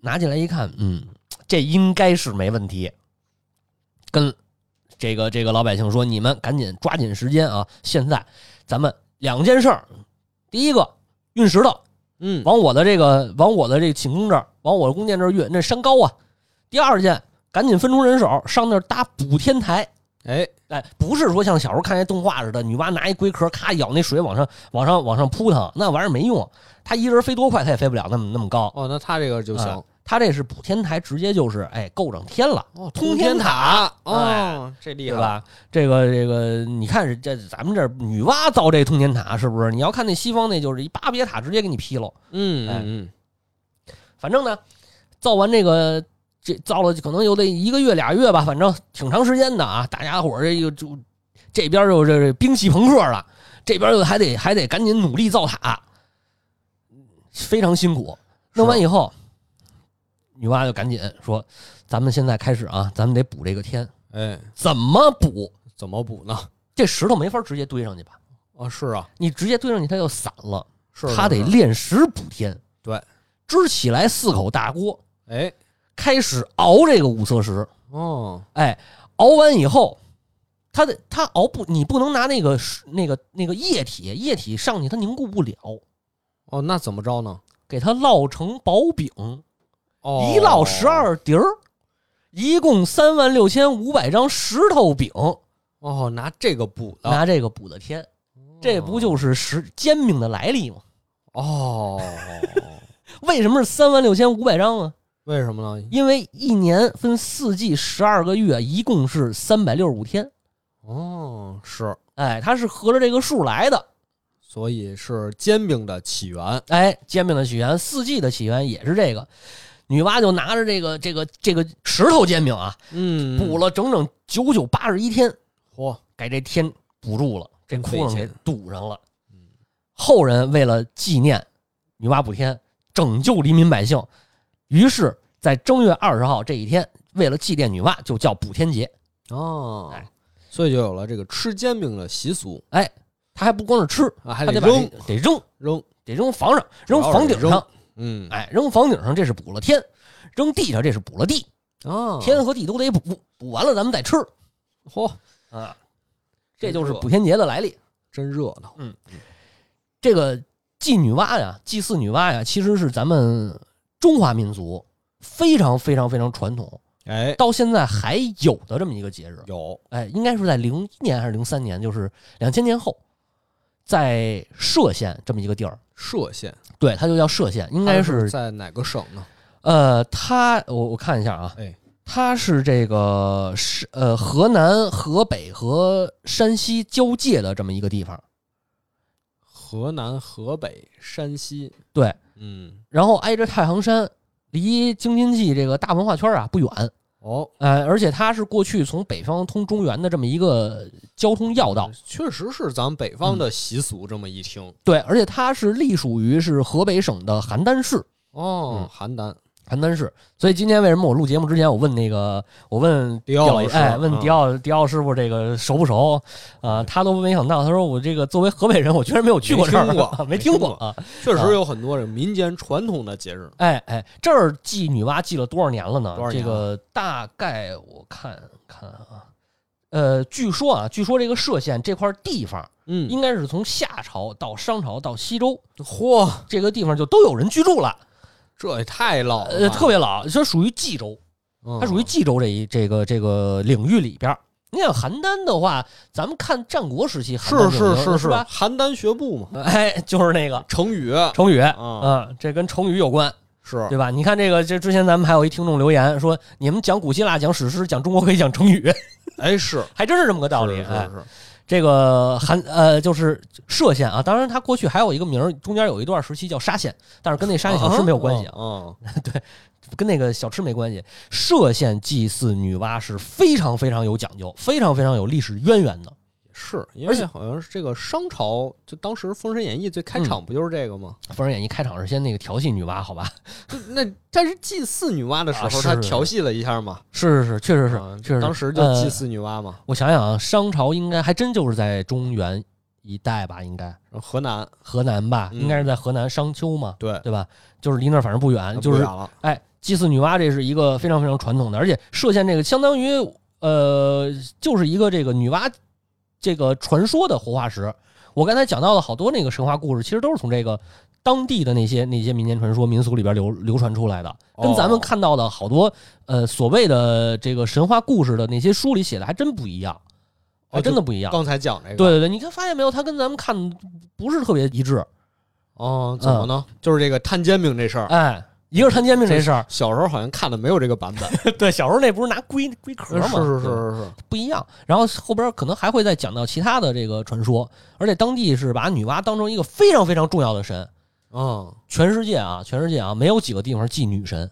拿起来一看，嗯，这应该是没问题。跟这个这个老百姓说，你们赶紧抓紧时间啊！现在咱们两件事儿，第一个运石头，嗯，往我的这个往我的这个寝宫这儿，往我的宫殿这儿运，那山高啊。第二件，赶紧分出人手上那儿搭补天台。哎，哎，不是说像小时候看那动画似的，女娲拿一龟壳，咔咬那水往上往上往上扑腾，那玩意儿没用。她一人飞多快，她也飞不了那么那么高。哦，那它这个就行，啊他这是补天台，直接就是哎够上天了，哦，通天天塔哎哦，这厉对害了，吧？这个这个，你看是这咱们这儿女娲造这通天塔是不是？你要看那西方那就是一巴别塔，直接给你劈喽。嗯哎嗯反正呢，造完这个这造了可能有得一个月俩月吧，反正挺长时间的啊。大家伙儿这个就这边就这这兵器朋克了，这边又还得还得赶紧努力造塔，非常辛苦。弄完以后，女娲就赶紧说：“咱们现在开始啊，咱们得补这个天。”嗯，哎，怎么补？怎么补呢？这石头没法直接堆上去吧？哦，是啊，你直接堆上去，它就散了。是啊它得，是炼石补天。对，支起来四口大锅，哎，开始熬这个五色石。哦，哎，熬完以后，它的它熬不，你不能拿那个水那个那个液体，液体上去它凝固不了，哦，那怎么着呢？给它烙成薄饼，哦，一烙十，二碟儿，一共三万六千五百张石头饼，哦，拿这个补的，拿这个补的天。这不就是石煎饼的来历吗？哦，为什么是三万六千五百张啊？为什么呢？因为一年分四季十二个月，一共是三百六十五天。哦，是，哎，它是合着这个数来的。所以是煎饼的起源，哎，煎饼的起源，四季的起源也是这个。女娲就拿着这个这个这个石头煎饼啊，嗯补了整整九九八十一天，嚯，给这天补住了，这窟窿费给劲堵上了嗯。后人为了纪念女娲补天，拯救黎民百姓，于是，在正月二十号这一天，为了祭奠女娲，就叫补天节。哦哎，所以就有了这个吃煎饼的习俗他还不光是吃，啊，还他得得把这扔得扔，扔，得扔房上，扔主要是房顶扔上，嗯哎，扔房顶上这是补了天，扔地上这是补了地，啊，天和地都得补，补完了咱们再吃嚯，啊。这就是真热补天节的来历。真热闹，这个祭女娲呀，祭祀女娲呀，其实是咱们中华民族非常非常非常传统，哎，到现在还有的这么一个节日。有，哎，应该是在零一年还是零三年，就是两千年后，在歙县这么一个地儿，歙县对，啊它就叫歙县，应该它是在哪个省呢？呃，它我我看一下啊，哎，它是这个是呃河南、河北和山西交界的这么一个地方。河南、河北、山西，对，嗯，然后挨着太行山，离京津冀这个大文化圈啊不远。哦，呃，而且它是过去从北方通中原的这么一个交通要道。确实是咱们北方的习俗，这么一听，对，而且它是隶属于是河北省的邯郸市。哦嗯，邯郸，邯郸市，所以今天为什么我录节目之前，我问那个，我问迪奥老老师哎，问迪嗯奥、迪奥师傅这个熟不熟啊、他都没想到，他说我这个作为河北人，我居然没有去过这儿，没听 过没听没听过啊。确实有很多这民间传统的节日，哎哎，这儿祭女娲祭了多少年了呢？多少这年个大概我看看啊，呃，据说啊，据说这个歙县这块地方，嗯，应该是从夏朝到商朝到西周嚯，这个地方就都有人居住了，这也太老了呃，吧，特别老，这属于冀州。嗯，它属于冀州这一这个这个领域里边儿。你想邯郸的话，咱们看战国时期，邯郸是就有嗯是是是吧？邯郸学步嘛，哎，就是那个成语成语啊，嗯，这跟成语有关，是对吧？你看这个，这之前咱们还有一听众留言说，你们讲古希腊、讲史诗、讲中国可以讲成语，哎，是还真是这么个道理。是哎是，是，这个韩呃就是歙县啊，当然它过去还有一个名儿，中间有一段时期叫沙县，但是跟那沙县小吃没有关系啊，啊。嗯跟那个小吃没关系。歙县祭祀女娲是非常非常有讲究，非常非常有历史渊源的。是因而且嗯为好像是这个商朝，就当时《封神演义》最开场不就是这个吗？ 《封神演义》开场是先那个调戏女娲，好吧？ 就那但是祭祀女娲的时啊候，是他调戏了一下嘛，是是是，确实是啊，确实是。当时就呃祭祀女娲嘛，我想想啊，商朝应该还真就是在中原一带吧，应该河南河南吧，嗯应该是在河南商丘嘛，对，对吧？就是离那儿反正不远，就啊不是远了哎，祭祀女娲这是一个非常非常传统的，而且歙县这个相当于呃，就是一个这个女娲这个传说的活化石。我刚才讲到的好多那个神话故事，其实都是从这个当地的那些那些民间传说、民俗里边流流传出来的，跟咱们哦看到的好多呃所谓的这个神话故事的那些书里写的还真不一样，还哦真就的不一样。刚才讲这个，对对对，你看发现没有？它跟咱们看不是特别一致。哦，怎么呢？就是这个摊煎饼这事儿，嗯哎，一个是摊煎饼这事儿，小时候好像看的没有这个版本，对，小时候那 不是拿龟龟壳吗？是是对是是不一样。然后后边可能还会再讲到其他的这个传说，而且当地是把女娲当成一个非常非常重要的神，嗯全世界啊，全世界啊，没有几个地方祭女神、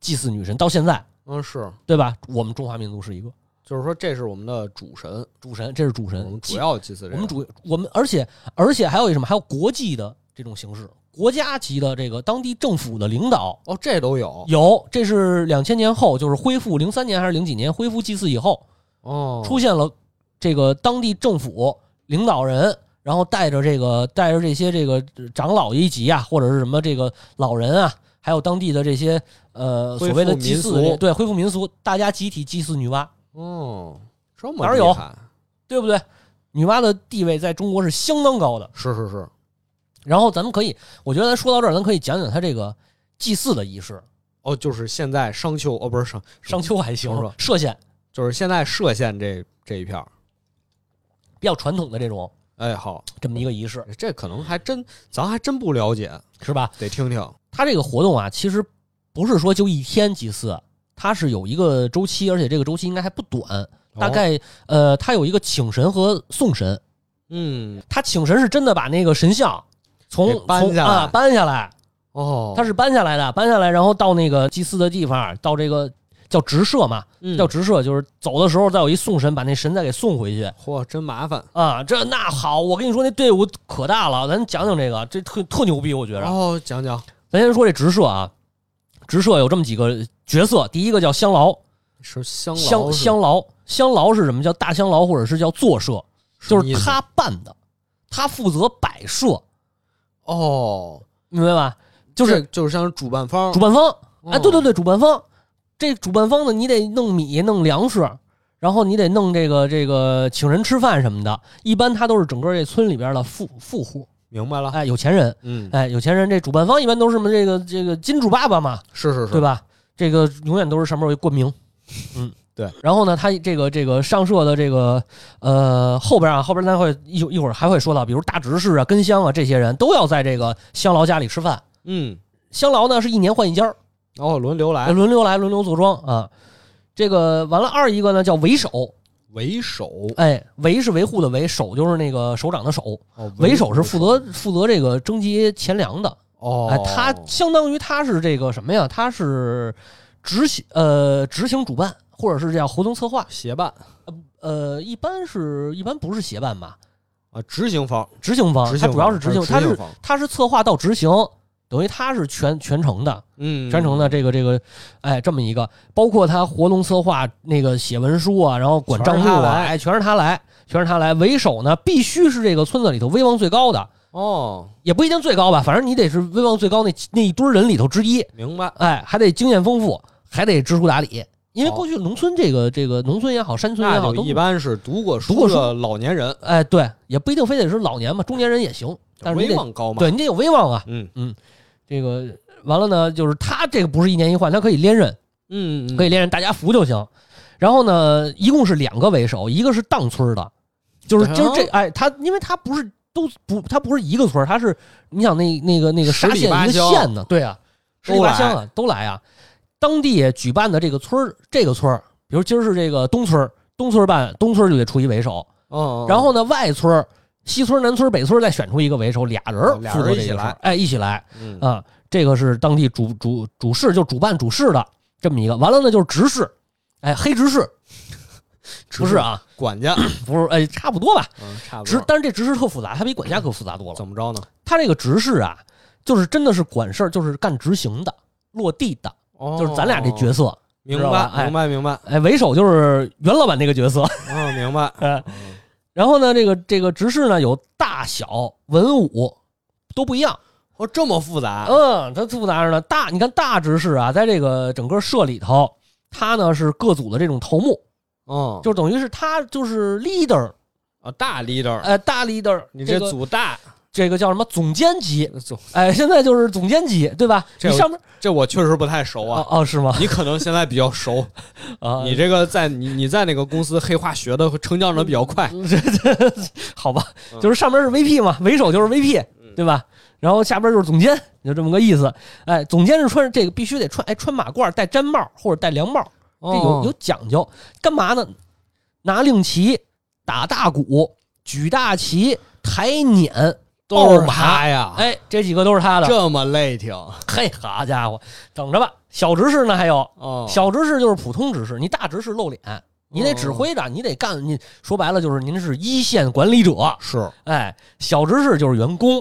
祭祀女神，到现在，嗯是，对吧？我们中华民族是一个就是说这是我们的主神，主神，这是主嗯我神们主祭，要祭祀我这个，们主我们，而且而且还有一什么？还有国际的这种形式，国家级的这个当地政府的领导。哦这都有有，这是两千年后，就是恢复零三年还是零几年恢复祭祀以后，哦，出现了这个当地政府领导人，然后带着这个带着这些这个长老一级啊，或者是什么这个老人啊，还有当地的这些呃所恢复谓的祭祀的民这俗对恢复民俗，大家集体祭祀女娲，哦这么哪儿有厉害对不对？女娲的地位在中国是相当高的。是是是然后咱们可以，我觉得咱说到这儿，咱可以讲讲她这个祭祀的仪式。哦，就是现在商丘哦不是商商丘还行说说，歙县就是现在歙县这这一片儿，比较传统的这种哎好，这么一个仪式，这可能还真咱还真不了解，是吧？得听听它这个活动啊，其实不是说就一天祭祀，它是有一个周期，而且这个周期应该还不短，大哦概、呃，它有一个请神和送神。嗯他请神是真的把那个神像从给搬从下来啊搬下来，哦，他是搬下来的，搬下来，然后到那个祭祀的地方，到这个叫直射嘛，是叫直射，就是走的时候再有一送神，把那神再给送回去。嚯真麻烦啊，这那好，我跟你说，那队伍可大了，咱讲讲这个，这特特牛逼，我觉着。哦讲讲咱先说这直射啊，直射有这么几个角色，第一个叫香牢，是香香劳是香牢，香牢是什么？叫大香牢，或者是叫坐射，什就么意是思他办的，他负责摆设，哦，明白吧？就是这就是像是主办方主办方，嗯哎，对对对，主办方，这主办方呢，你得弄米、弄粮食，然后你得弄这个这个请人吃饭什么的。一般他都是整个这村里边的富富户，明白了，哎，有钱人，嗯，哎，有钱人。这主办方一般都是什么这个这个金主爸爸嘛，是是是，对吧？这个永远都是上面有一冠 名，嗯，对。然后呢，他这个这个上社的这个呃后边啊，后边咱会一一会儿还会说到，比如大执事啊、根香啊这些人都要在这个香牢家里吃饭。嗯，香牢呢是一年换一家儿，哦，轮流来，哎轮流来，轮流坐庄啊。这个完了，二一个呢叫为首，为首，哎，为是维护的维，守就是那个首长的首，哦，为首是负责负责这个征集钱粮的，哦，哎，他相当于他是这个什么呀？他是执行呃执行主办，或者是这样活动策划。协办呃，一般是一般不是协办吧？啊，执行方，执行方，执他行啊主要是执执行，他是方，他是策划到执行，等于他是全全程的，嗯，全程的这个这个，哎，这么一个，包括他活动策划那个写文书啊，然后管账目全是他啊，来哎，全是他来，全是他来。为首呢，必须是这个村子里头威望最高的，哦，也不一定最高吧，反正你得是威望最高那那一堆人里头之一。明白，哎，还得经验丰富，还得知书达理。因为过去农村这个这个农村也好，山村也那好，就都一般是读过读过书的老年人，哎，对，也不一定非得是老年嘛，中年人也行。但是你威得望高嘛，对你得有威望啊。嗯这个完了呢，就是他这个不是一年一换，他可以连任，嗯，嗯可以连任，大家服就行。然后呢，一共是两个为首，一个是当村儿的，就是哦就是这哎，他因为他不是都不他不是一个村儿，他是你想那那个那个十沙里县八一个乡县呢，对啊，十里都八来乡啊，都来啊。当地举办的这个村儿，这个村儿，比如今儿是这个东村儿，东村办，东村就得出一为首，嗯，然后呢，外村、西村、南村、北村再选出一个为首，俩人哦俩负责人这一起个事儿来哎，一起来嗯啊、这个是当地主主主事，就主办主事的这么一个。完了呢，就是执事，哎，黑执 事不是啊，管家，不是，哎，差不多吧。嗯，差不执，多。但是这执事特复杂，它比管家可复杂多了。怎么着呢？他这个执事啊，就是真的是管事儿，就是干执行的、落地的，哦就是咱俩这角色。明知道吧哎白，明白，明白。哎，为首就是袁老板这个角色。嗯，明白。哎 然后呢，这个这个执事呢，有大小、文武都不一样。哦，这么复杂。嗯，他复杂着呢。大，你看大执事啊，在这个整个社里头，他呢是各组的这种头目，嗯，就等于是他就是 leader，啊，大 leader，呃，大 leader，你这这个组大，这个叫什么总监级？总哎，现在就是总监级，对吧？这你我上面这我确实不太熟啊哦。哦是吗？你可能现在比较熟，啊，你这个在你你在那个公司黑化学的成长的比较快，这这好吧，嗯就是上边是 VP 嘛，为首就是 VP，对吧？然后下边就是总监，就这么个意思。哎，总监是穿这个必须得穿，哎，穿马褂、戴毡帽或者戴凉帽，这哦有有讲究。干嘛呢？拿令旗、打大鼓、举大旗、抬碾，都爆是马他呀，哎，这几个都是他的。这么累挺嘿，好家伙，等着吧。小执事呢还有，哦，小执事就是普通执事，你大执事露脸，你得哦指挥着，你得干。你说白了就是您是一线管理者，是哎，小执事就是员工，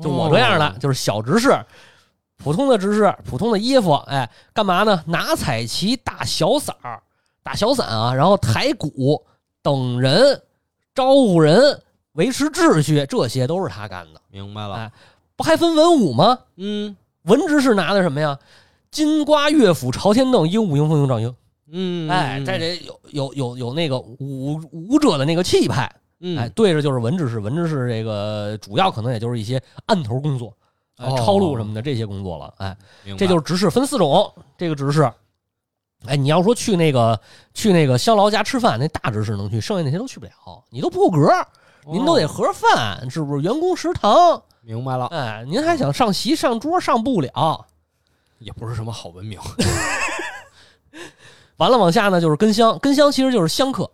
就我这样的，哦就是小执事，普通的执事，普通的衣服，哎，干嘛呢？拿彩旗、打小伞儿、打小伞啊，然后抬鼓、等人、招呼人、维持秩序，这些都是他干的。明白了，哎不还分文武吗？嗯文职是拿的什么呀？金瓜乐府、朝天凳、鹦鹉迎风迎状鹰。嗯，哎，嗯这得有有有有那个武武者的那个气派。嗯哎，对着就是文职事，文职事这个主要可能也就是一些案头工作，哎哦抄录什么的这些工作了。哎，明白这就是执事分四种，这个执事，哎，你要说去那个去那个肖劳家吃饭，那大执事能去，剩下那些都去不了，你都不够格，您都得哦盒饭，是不是？员工食堂，明白了，哎，您还想上席上桌上不了。也不是什么好文明，完了，往下呢就是跟香，跟香其实就是香客，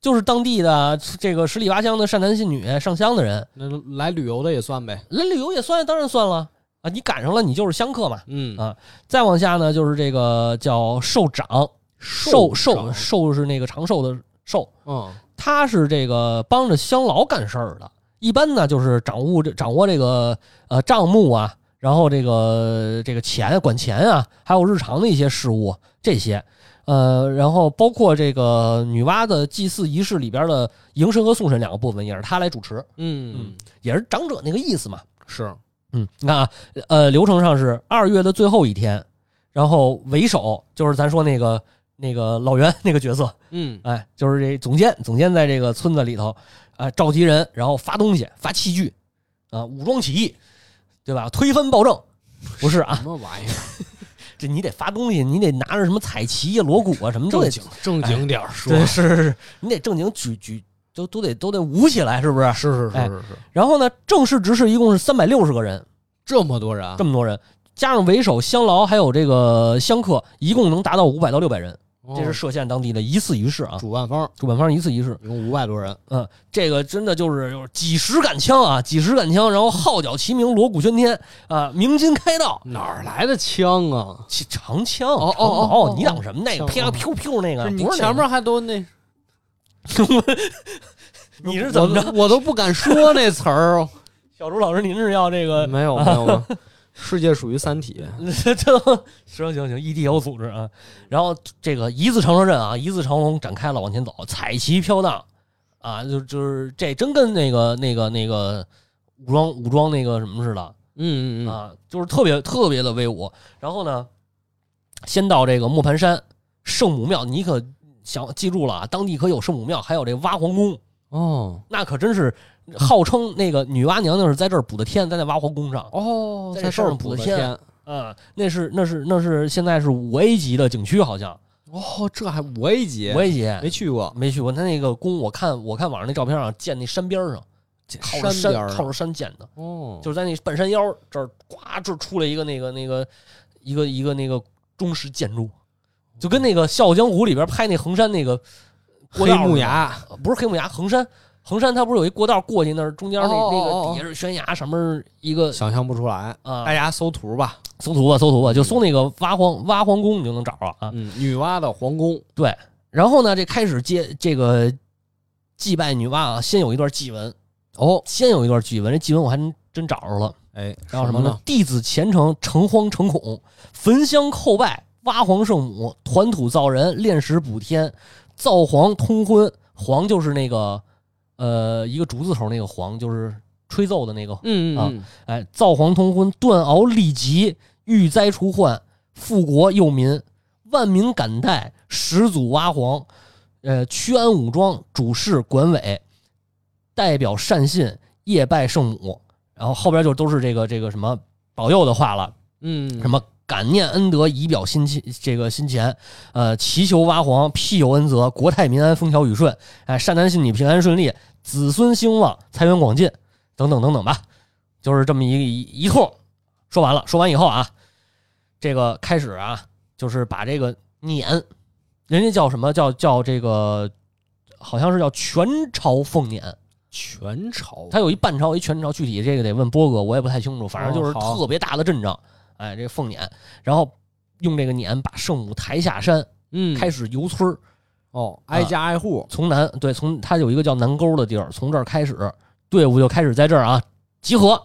就是当地的这个十里八乡的善男信女上香的人。那来旅游的也算呗，来旅游也算，当然算了啊！你赶上了，你就是香客嘛。嗯啊再往下呢，就是这个叫寿长，寿寿寿是那个长寿的寿，嗯他是这个帮着乡老干事儿的。一般呢，就是掌握这掌握这个呃账目啊，然后这个这个钱管钱啊，还有日常的一些事务这些，呃，然后包括这个女娲的祭祀仪式里边的迎神和送神两个部分，也是他来主持，嗯也是长者那个意思嘛。是嗯，你看啊，呃，流程上是二月的最后一天，然后为首就是咱说那个那个老袁那个角色，嗯哎，就是这总监，总监在这个村子里头，啊，召集人，然后发东西，发器具，啊，武装起义，对吧？推翻暴政，不是啊什，么玩意儿，这你得发东西，你得拿着什么彩旗呀、锣鼓啊，什么都正得经正经点儿说，对，是是是是，你得正经举举，都都得都得舞起来，是不是？是是哎是是，然后呢，正式执事一共是三百六十个人，这么多人啊这，么多人，加上为首、乡劳还有这个乡客，一共能达到五百到六百人。这是哦歙县当地的一次仪式啊，主办方主办方一次仪式。一共五百多人，嗯，这个真的就是就是几十杆枪啊，几十杆枪，然后号角齐鸣，锣鼓喧天啊，鸣金开道。哪儿来的枪啊？其长枪，哦长哦矛哦你嚷什么那个？枪啪啦噗噗那个，是你不是那前个面还都那，你是怎么我着？都我都不敢说那词儿。小朱老师，您是要这个？没有没有，没有世界属于三体。这 这行行行，ED 有组织啊。然后这个一字长蛇阵啊，一字长龙展开了，往前走，彩旗飘荡啊，就就是这真跟那个那个那个武装武装那个什么似的 嗯嗯嗯，啊，就是特别特别的威武。然后呢，先到这个磨盘山圣母庙，你可想记住了啊，当地可有圣母庙，还有这挖皇宫，哦那可真是号称那个女娲娘娘是在这儿补的天，在那挖皇宫上。哦在在这这儿儿补补的的天天。嗯，那是那是那是现在是五 A 级的景区，好像哦，这还五 A 级五，A 级没去过，没去过。他那个宫，我看我看网上那照片上建那山边上，靠着山山边儿啊靠着山建的，哦，就是在那半山腰这儿，呱这儿出来一个那个那个一个一个那个中式建筑，就跟那个《笑傲江湖》里边拍那衡山那个过黑道木是吧崖，呃不是黑木崖，衡山，衡山它不是有一过道过去那儿，中间那哦哦哦那哦个哎底下是悬崖，上面一个 想象不出来。啊大，家搜图吧，搜图吧，搜图吧，就搜那个挖荒挖荒宫，你就能找着啊。嗯，女娲的皇宫，然后呢，这开始接这个祭拜女娲啊，先有一段祭文哦，先有一段祭文，这祭文我还真找着了，哎，然后什么么呢？？弟子虔诚，诚惶诚恐，焚香叩拜，挖皇圣母，团土造人，炼石补天，造皇通婚。皇就是那个呃一个竹字头那个皇，就是吹奏的那个。嗯嗯哎，造皇通婚，断鳌立极，御灾除患，富国佑民，万民感戴，始祖挖皇，呃，驱安武装，主事管委，代表善信，夜拜圣母。然后后边就都是这个这个什么保佑的话了，嗯，什么感念恩德，以表心切，这个心前，呃，祈求挖皇，庇佑恩泽，国泰民安，风调雨顺，哎，善男信女平安顺利，子孙兴旺，财源广进，等等等等吧，就是这么一一一通。说完了，说完以后啊，这个开始啊，就是把这个撵，人家叫什么叫叫这个，好像是叫全朝奉撵，全朝，他有一半朝，一全朝，具体这个得问波哥，我也不太清楚。反正就是哦好特别大的阵仗，哎，这个凤辇，然后用这个辇把圣母抬下山，嗯，开始游村儿。哦，挨家挨户，从南，对，从它有一个叫南沟的地儿，从这儿开始，队伍就开始在这儿啊集合，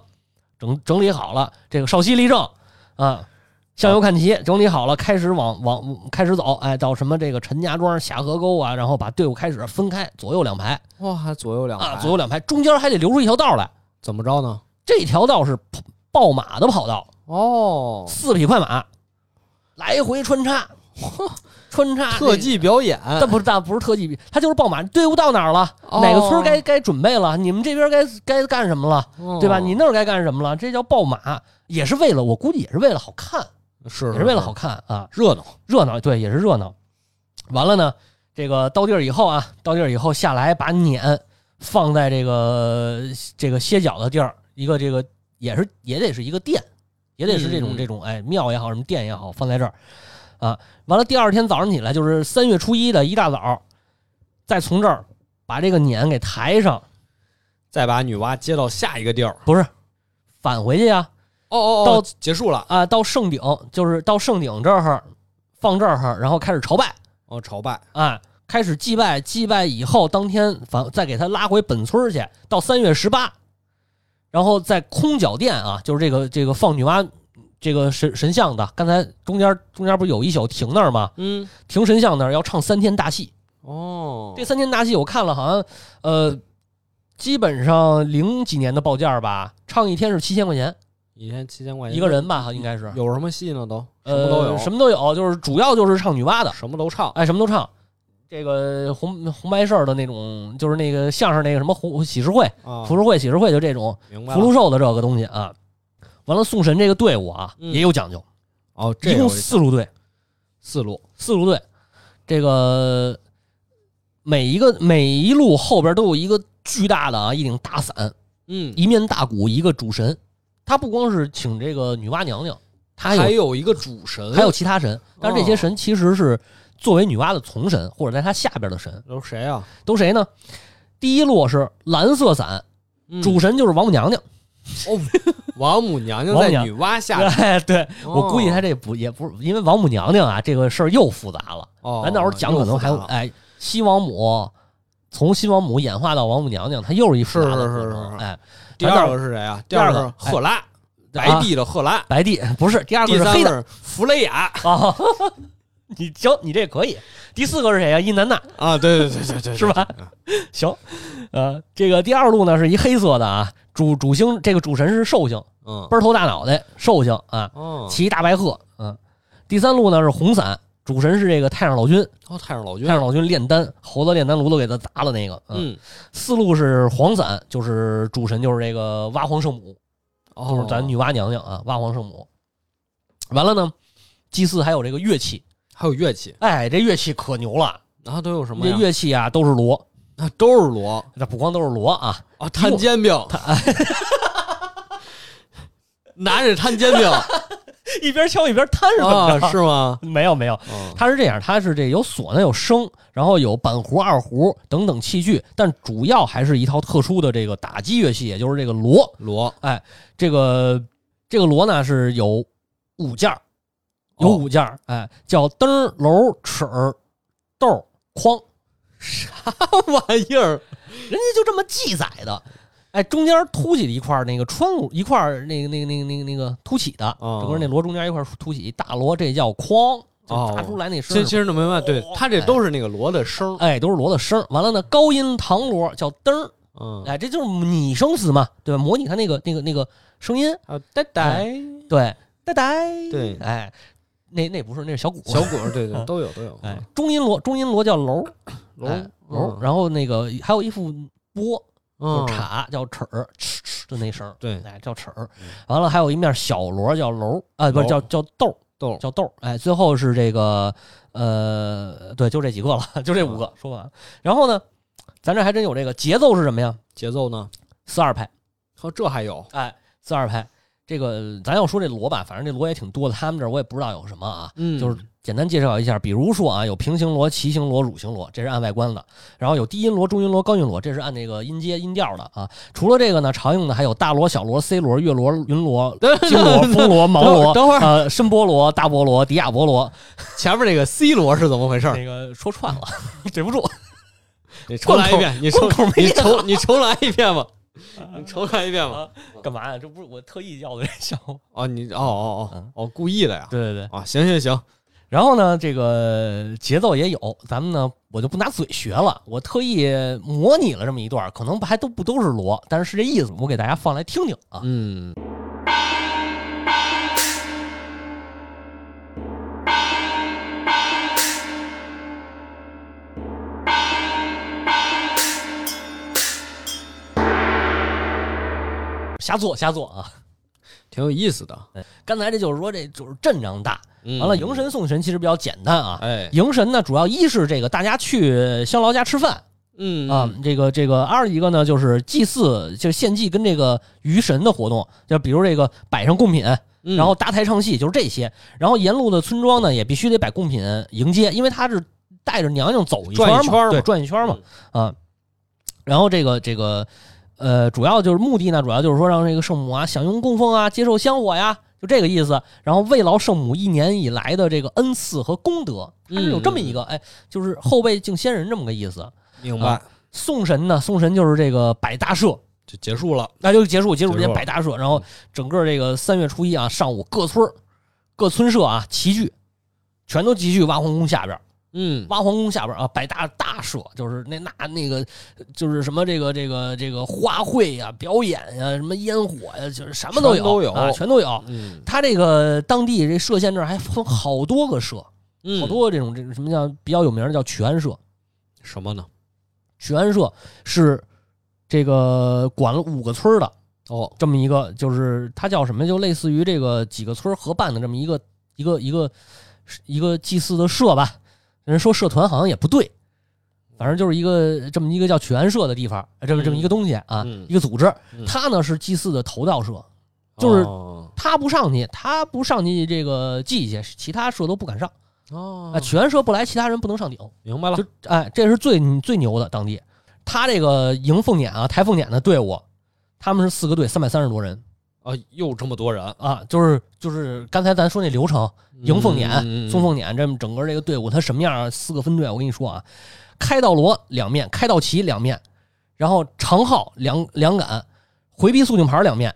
整整理好了，这个稍息立正啊，向右看齐，整理好了，开始往往开始走，哎，到什么这个陈家庄、下河沟啊，然后把队伍开始分开，左右两排哇，左右两啊，排，左右两排，中间还得留出一条道来。怎么着呢？这条道是跑爆马的跑道，哦，四匹快马来回穿 插，穿插特，技表演，但不是但不是特技，它就是爆马队伍到哪儿了，哦哪个村儿该该准备了，你们这边该该干什么了，对吧？哦你那儿该干什么了？这叫爆马，也是为了我估计也是为了好看，是也是为了好看啊，热闹，热闹对，也是热闹。完了呢，这个到地儿以后啊，到地儿以后下来把撵放在这个这个歇脚的地儿，一个这个也是也得是一个殿，也得是这种、嗯嗯这种哎庙也好，什么殿也好，放在这儿啊。完了，第二天早上起来就是三月初一的一大早，再从这儿把这个撵给抬上，再把女娲接到下一个地儿。不是返回去呀、哦哦到结束了，啊，到圣顶就是到圣顶这儿放这儿，然后开始朝拜。哦，朝拜，啊，开始祭拜，祭拜以后，当天反再给他拉回本村儿去，到三月十八，然后在空脚殿啊，就是这个这个放女娲这个神神像的，刚才中间中间不是有一宿停那儿吗？嗯，停神像那儿要唱三天大戏，哦这三天大戏我看了，好像呃，基本上零几年的报价儿吧，唱一天是七千块钱一天七千块钱一个人吧，应该是哎有什么戏呢？都什么都有，呃什么都有，就是主要就是唱女娲的。什么都唱，哎，什么都唱。这个红红白事儿的那种，就是那个相声那个什么红喜事会、啊，福禄会、喜事会，就这种明白福了禄寿的这个东西啊。完了，送神这个队伍啊、嗯也有讲究，哦，这一共有四路队，四路，四路队，这个每一个每一路后边都有一个巨大的啊一顶大伞，嗯，一面大鼓，一个主神。他不光是请这个女娲娘娘，他还有还有一个主神，还有其他神，但是这些哦神其实是作为女娲的从神或者在她下边的神。都是谁啊？都谁呢？第一路是蓝色伞，嗯主神就是王母娘娘。哦，王母娘娘王在母娘女娲下，哎， 对我哦估计他这不也不是因为王母娘娘啊，这个事儿又复杂了。哦，咱到时候讲可能还有又复杂了哎，西王母从西王母演化到王母娘娘，它又是一复杂的是过是是程是是哎，第二个是谁啊？第二二个个是赫拉，哎白帝的赫拉，白帝不是第二个第是三黑个的是弗雷雅啊。 你行，你这可以。第四个是谁啊？伊南娜啊，对对对对对，是吧？行，呃，这个第二路呢是一黑色的啊，主主星这个主神是兽星，嗯，奔头大脑袋兽星啊。哦，骑大白鹤，嗯，第三路呢是红伞，主神是这个太上老君，哦，太上老君太，上老君炼丹，猴子炼丹炉都给他砸了那个，嗯，嗯，四路是黄伞，就是主神就是这个娲皇圣母，哦就是咱女娲娘娘啊，娲皇圣母。完了呢，祭祀还有这个乐器，还有乐器，哎，这乐器可牛了，然后都有什么这呀？乐器啊都是锣，啊，都是锣这不光都是锣啊，啊，摊 煎饼，拿着摊煎饼， 一边敲一边摊什么的。啊，是吗？ 没有没有，嗯它是这样，它是这有唢呐有笙，然后有板胡、二胡等等器具，但主要还是一套特殊的这个打击乐器，也就是这个锣。锣这个这个锣呢是有五件儿，有五件儿，哎，叫灯儿、楼、尺儿、豆儿、筐， 玩意儿，人家就这么记载的。哎，中间凸起了一块儿那个穿骨一块儿那个那个那个那个那个凸起的，哦整个那锣中间一块儿凸起一大锣，这叫哐，就砸出来那声其儿。其实能明白，对，它这都是那个锣的声儿，哎，都是锣的声儿。完了呢，高音唐锣叫嘚儿，嗯，哎，这就是拟声词嘛，对吧？模拟它那个那个那个声音，哎还有啊呆呆，对，哒呆，哎对哎，那那不是，那是小鼓，小鼓儿，对对，都有都有，哎，中音锣，中音锣叫楼锣哎楼嗯，然后那个还有一副拨，嗯就，镲叫齿儿，哧哧就那声儿，对嗯哎，叫齿儿。完了还有一面小锣叫楼，啊，不是楼叫叫豆儿，豆儿叫豆儿。哎，最后是这个呃，对，就这几个了，就这五啊个说完了。然后呢，咱这还真有这个节奏是什么呀？节奏呢？四二拍，哦，这还有，哎，四二拍。这个咱要说这锣吧，反正这锣也挺多的，他们这儿我也不知道有什么啊。嗯就是简单介绍一下，比如说啊，有平行锣、旗形锣、乳形锣，这是按外观的；然后有低音锣、中音锣、高音锣，这是按那个音阶、音调的啊。除了这个呢，常用的还有大锣、小锣、C 锣、月锣、云 锣、金锣、风锣、毛锣、等会儿呃深波罗、大波罗、迪亚波罗。前面那个 C 锣是怎么回事儿？那个说串 了，对不住。你重来一遍，嗯你重关口没你重你重来一遍吧，你重来一遍吧。干嘛呀？这不是我特意要的这效果。哦，你哦哦哦哦，故意的呀？对对对。啊，行行行，然后呢，这个节奏也有，咱们呢，我就不拿嘴学了，我特意模拟了这么一段，可能还都不都是锣，但是是这意思，我给大家放来听听啊。嗯，瞎做瞎做啊！挺有意思的。刚才这就是说，这就是阵仗大。嗯完了，迎，神送神其实比较简单啊。哎，迎神呢，主要一是这个大家去香劳家吃饭嗯啊，这个这个；二一个呢就是祭祀，就是献祭跟这个鱼神的活动，就比如这个摆上贡品，嗯然后搭台唱戏，就是这些。然后沿路的村庄呢，也必须得摆贡品迎接，因为他是带着娘娘走一圈嘛，转一圈嘛对，转一圈嘛，啊。然后这个这个，呃，主要就是目的呢，主要就是说让这个圣母啊享用供奉啊，接受香火呀，就这个意思。然后慰劳圣母一年以来的这个恩赐和功德，它是有这么一嗯个，哎，就是后辈敬先人这么个意思。明啊，送神呢，送神就是这个摆大社，就结束了。那就结束，结束这结束些了嗯摆大社，然后整个这个三月初一啊，上午各村儿各村社啊齐聚，全都齐聚挖皇宫下边儿，嗯，挖皇宫下边儿啊摆大大社，就是那那那个就是什么这个这个这个花卉呀、表演呀、什么烟火呀、就是什么都有，全都有啊，全都有。嗯他这个当地这社县这儿还分好多个社，嗯好多这种这种什么叫比较有名的叫曲安社，什么呢？曲安社是这个管了五个村儿的。哦，这么一个，就是它叫什么？就类似于这个几个村儿合办的这么一个一个一个一个祭祀的社吧。人说社团好像也不对，反正就是一个这么一个叫全社的地方，呃这么嗯这么一个东西啊，嗯一个组织嗯。它呢是祭祀的头道社，就是哦他不上去，他不上去这个祭去，其他社都不敢上啊。哦，全社不来，其他人不能上顶。明白了就，哎，这是最最牛的当地。他这个迎凤辇啊，抬凤辇的队伍，他们是四个队，三百三十多人。啊，又这么多人，啊，就是就是刚才咱说那流程，迎凤辇、嗯嗯嗯送凤辇，这么整个这个队伍它什么样啊？四个分队，我跟你说啊，开道锣两面，开道旗两面，然后长号两两杆，回避肃静牌两面，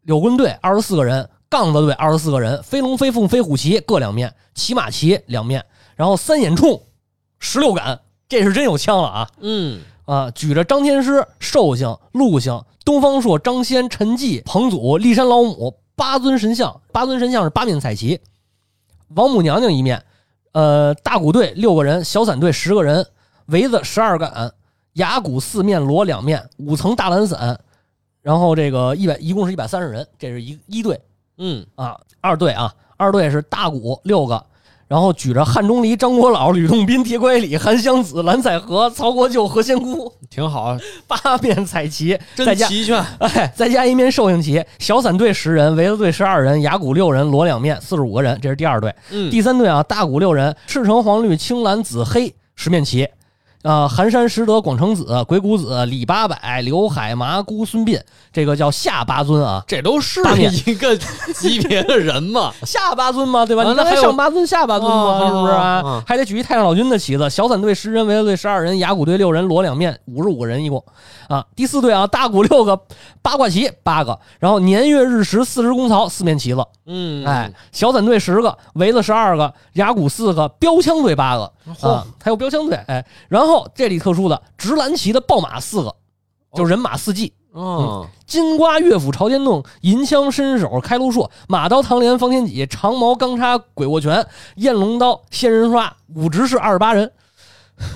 柳棍队二十四个人，杠子队二十四个人，飞龙飞凤飞虎旗各两面，骑马旗两面，然后三眼冲十六杆，这是真有枪了啊！嗯，啊，举着张天师、寿星、陆星、东方朔、张仙、陈济、彭祖、骊山老母八尊神像，八尊神像是八面彩旗，王母娘娘一面，呃，大鼓队六个人，小伞队十个人，围子十二杆，牙鼓四面锣两面，五层大蓝伞，然后这个一百一共是一百三十人，这是一一队嗯，啊，二队啊，二队是大鼓六个，然后举着汉钟离、张国老、吕洞宾、铁拐李、韩湘子、蓝采和、曹国舅、何仙姑挺好，啊八面彩旗，再真加齐全。 哎，再加一面寿星旗，小伞队十人，围子队十二人，牙鼓六人，锣两面，四十五个人，这是第二队。嗯，第三队啊，大鼓六人，赤橙黄绿青蓝紫黑十面旗，啊、寒山拾得广成子、鬼谷子、李八柏、刘海麻姑、孙膑，这个叫下八尊啊，这都是大面一个级别的人 嘛。下八尊嘛，对吧？啊你刚那才还有上八尊下八尊嘛，哦是不是哦啊哦？还得举一太上老君的旗子，小伞队十人，围子队十二人，牙鼓队六人，锣两面，五十五个人一共啊。第四队啊，大鼓六个，八卦旗八个，然后年月日时四十公曹四面旗子，嗯，哎，，小伞队十个，围子十二个，牙鼓四个，标枪队八个嚯啊，还有标枪队哎。然后这里特殊的直蓝旗的豹马四个，哦就人马四骑。嗯，金瓜乐府朝天洞，银枪伸手开路硕，马刀唐连方天戟，长矛钢叉鬼握拳，燕龙刀仙人刷，武执是二十八人，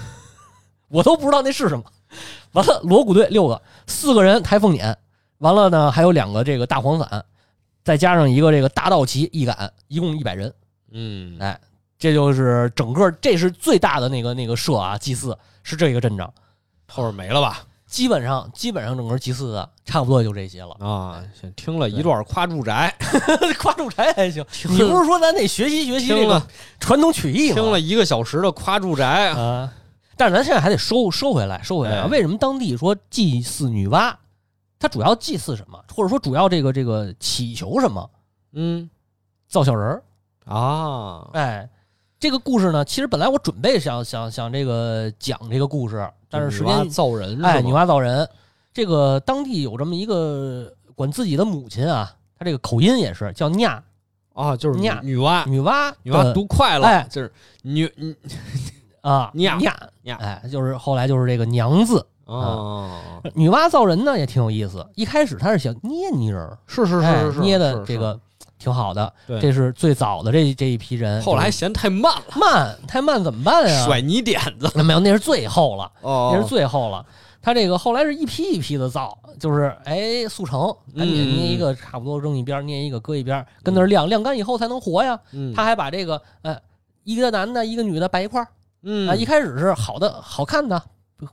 我都不知道那是什么。完了，锣鼓队六个，四个人抬凤辇，完了呢还有两个这个大黄伞，再加上一个这个大道旗一杆，一共一百人。嗯，哎，这就是整个，这是最大的那个那个社啊，祭祀是这个阵仗。后边没了吧？基本上，基本上整个祭祀的差不多也就这些了。啊，先听了一段夸住宅， 夸住宅还行，听你不是说咱得学习学习这听个了传统曲艺吗？听了一个小时的夸住宅，啊，但是咱现在还得收收回来，收回来啊。哎为什么当地说祭祀女娲？它主要祭祀什么？或者说主要这个这个祈求什么？嗯造小人儿。啊，哎，这个故事呢，其实本来我准备想想想这个讲这个故事，但是时女娲间造人是哎，女吗？娲造人，这个当地有这么一个管自己的母亲啊，她这个口音也是叫“啊，就是女呀女娲，女娲”，女娲读读快了，哎就是女女啊，呀呀呀哎，就是后来就是这个娘字。哦，女娲造人呢也挺有意思，一开始她是想捏泥人儿，是是哎是是是捏的是这个挺好的，对这是最早的这这一批人。后来就是嫌太慢了，慢太慢怎么办呀？甩泥点子，那没有，那是最后了，那是啊哦，最后了。他这个后来是一批一批的造，就是哎速成，赶紧嗯捏一个，差不多扔一边儿，捏一个搁一边儿，跟那儿晾晾干以后才能活呀。嗯他还把这个呃一个男的，一个女的摆一块儿。嗯啊，一开始是好的好看的，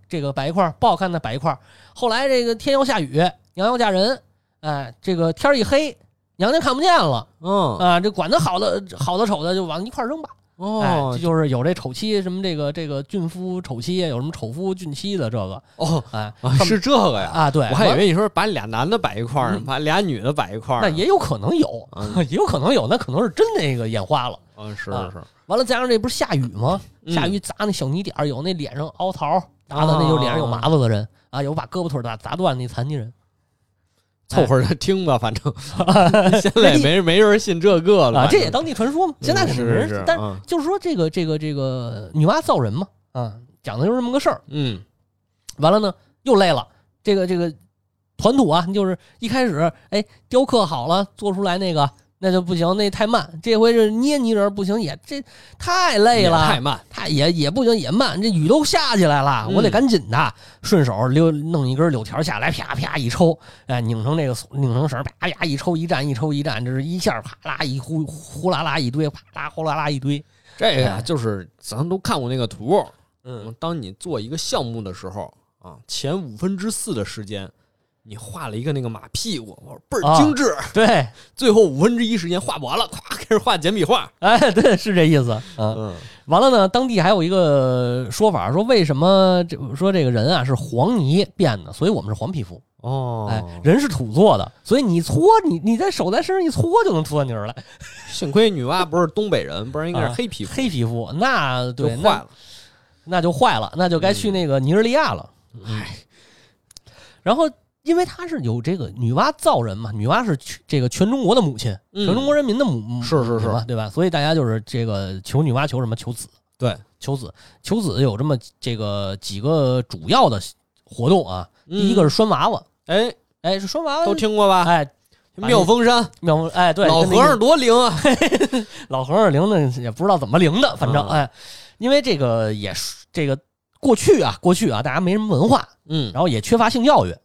这个摆一块儿；不好看的摆一块儿。后来这个天要下雨，娘要嫁人，哎，这个天儿一黑，娘娘看不见了嗯啊，这管他好的好的丑的就往一块儿扔吧。哎，哦这就是有这丑妻什么这个这个俊夫丑妻，有什么丑夫俊妻的这个，哦哎啊是这个呀，啊，对，我还以完为你说把俩男的摆一块儿呢，嗯把俩女的摆一块儿那呢。也有可能有，嗯 也有可能有，那可能是真那个眼花了。嗯，是啊是是，完了，加上这不是下雨吗？嗯下雨砸那小泥点儿，有那脸上凹槽砸的，那就脸上有麻子的人啊，有把胳膊腿砸砸断那残疾人凑合着 听吧，反正现在也没人没人信这个了啊，这也反正当地传说嘛。现在肯定没是是人是，但嗯就是说这个这个这个女娲造人嘛，啊，讲的就是这么个事儿。嗯完了呢，又累了，这个这个团土啊，就是一开始哎雕刻好了，做出来那个那就不行，那太慢。这回是捏泥人儿不行，也这太累也了，太慢，他也也不行，也慢，这雨都下起来了，嗯我得赶紧的，顺手溜弄一根柳条下来，啪啪一抽，哎，拧成这个拧成绳儿，啪啪一抽一站一抽一站，这是一下啪啦一呼呼啦啦一堆，啪啦呼啦啦一堆，这个哎呀就是咱都看过那个图，嗯，当你做一个项目的时候啊，前五分之四的时间。你画了一个那个马屁股，我说倍啊儿精致。 对，最后五分之一时间画不完了，咵开始画简笔画。哎，对，是这意思，嗯，嗯完了呢，当地还有一个说法，说为什么这说这个人啊是黄泥变的，所以我们是黄皮肤，哦哎，人是土做的，所以你搓你你在手在身上一搓就能搓泥儿来，幸亏女娲不是东北人，不然应该是啊黑皮肤，黑皮肤那就对坏那了。那就坏了，那就该嗯去那个尼日利亚了。哎，然后，因为她是有这个女娲造人嘛，女娲是全这个全中国的母亲，嗯全中国人民的母，母是是是母嘛对吧？所以大家就是这个求女娲求什么？求子，对，求子，求子有这么这个几个主要的活动啊。第一个是拴娃娃，哎，哎，是拴娃娃嗯都听过吧？哎，把那妙峰山妙哎，对，老跟那和个尚多灵啊！ 老和尚灵的也不知道怎么灵的，反正、啊哎，因为这个也是这个过去啊，过去啊，大家没什么文化，嗯，然后也缺乏性教育。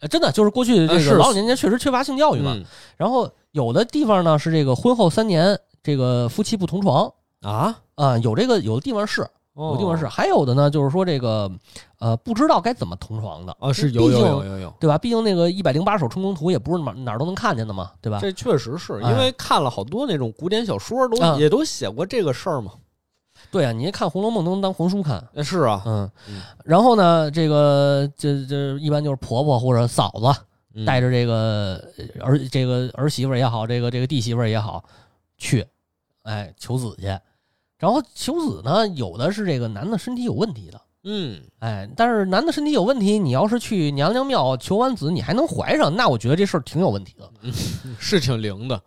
呃，真的就是过去这呃个是老老年间确实缺乏性教育嘛。嗯然后有的地方呢是这个婚后三年这个夫妻不同床，啊，啊，有这个有的地方是，有我的地方是，还有的呢，就是说这个呃，不知道该怎么同床的啊，是毕有有竟有有有，对吧？毕竟那个一百零八首春宫图也不是哪哪儿都能看见的嘛，对吧？这确实是哎因为看了好多那种古典小说，啊都也都写过这个事儿嘛。对啊，你一看《红楼梦》都能当红书看，呃是啊，嗯嗯，然后呢，这个这这一般就是婆婆或者嫂子嗯带着这个呃儿这个儿媳妇儿也好，这个这个弟媳妇儿也好，去，哎，求子去。然后求子呢，有的是这个男的身体有问题的，嗯，哎，但是男的身体有问题，你要是去娘娘庙求完子，你还能怀上，那我觉得这事儿挺有问题的。嗯是挺灵的，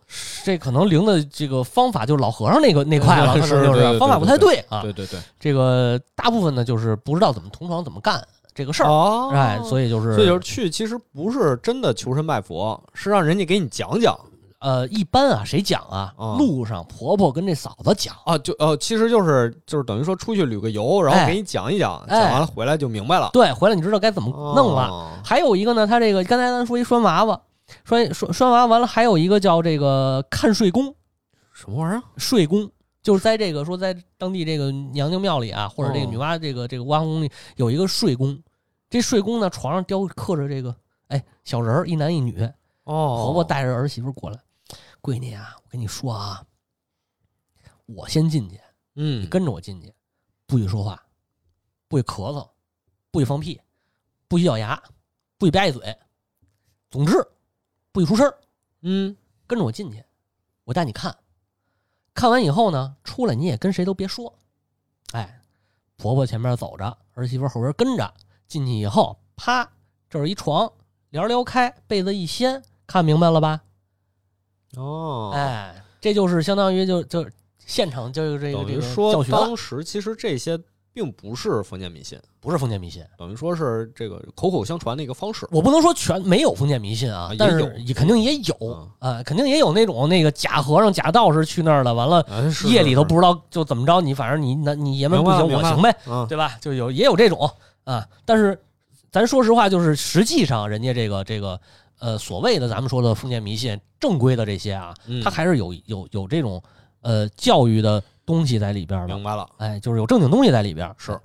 这可能灵的这个方法就是老和尚那个那块了，可嗯能 是就对对对方法不太对啊。对对对，这个大部分呢就是不知道怎么同床怎么干这个事儿，哦哎，所以就是所以就是去，其实不是真的求神拜佛，是让人家给你讲讲呃，一般啊，谁讲啊？啊路上婆婆跟这嫂子讲，啊，就呃，其实就是就是等于说出去旅个游，然哎后给你讲一讲，哎讲完了回来就明白了，对，回来你知道该怎么弄了。哦还有一个呢，他这个刚才咱说一拴娃娃，拴拴拴娃娃完了，还有一个叫这个看睡宫，什么玩意儿？睡宫就是在这个说在当地这个娘娘庙里啊，或者这个哦女娲这个这个娲宫里有一个睡宫，这睡宫呢床上雕刻着这个哎小人儿，一男一女，哦，婆婆带着儿媳妇过来，闺女啊，我跟你说啊，我先进去，嗯，跟着我进去，不许说话，不许咳嗽，不许放屁，不许咬牙，不许吧唧嘴，总之不许出声儿。嗯跟着我进去，我带你看。看完以后呢，出来你也跟谁都别说。哎，婆婆前面走着，儿媳妇后边跟着。进去以后，啪，这是一床，帘儿撩开，被子一掀，看明白了吧？哦，哎，这就是相当于就就现场就是这个等这于个说教学了，当时其实这些并不是封建迷信，不是封建迷信。等于说是这个口口相传的一个方式。我不能说全没有封建迷信啊啊，也但是有也肯定也有嗯啊，肯定也有那种那个假和尚、假道士去那儿了，完了哎是夜里头是不知道就怎么着，你反正你那你爷们儿不明白了行，我明白了行呗，是啊，对吧？就有也有这种啊，但是咱说实话，就是实际上人家这个这个呃所谓的咱们说的封建迷信，正规的这些啊，嗯它还是有有有这种呃教育的东西在里边的明，白了，哎，就是有正经东西在里边。是，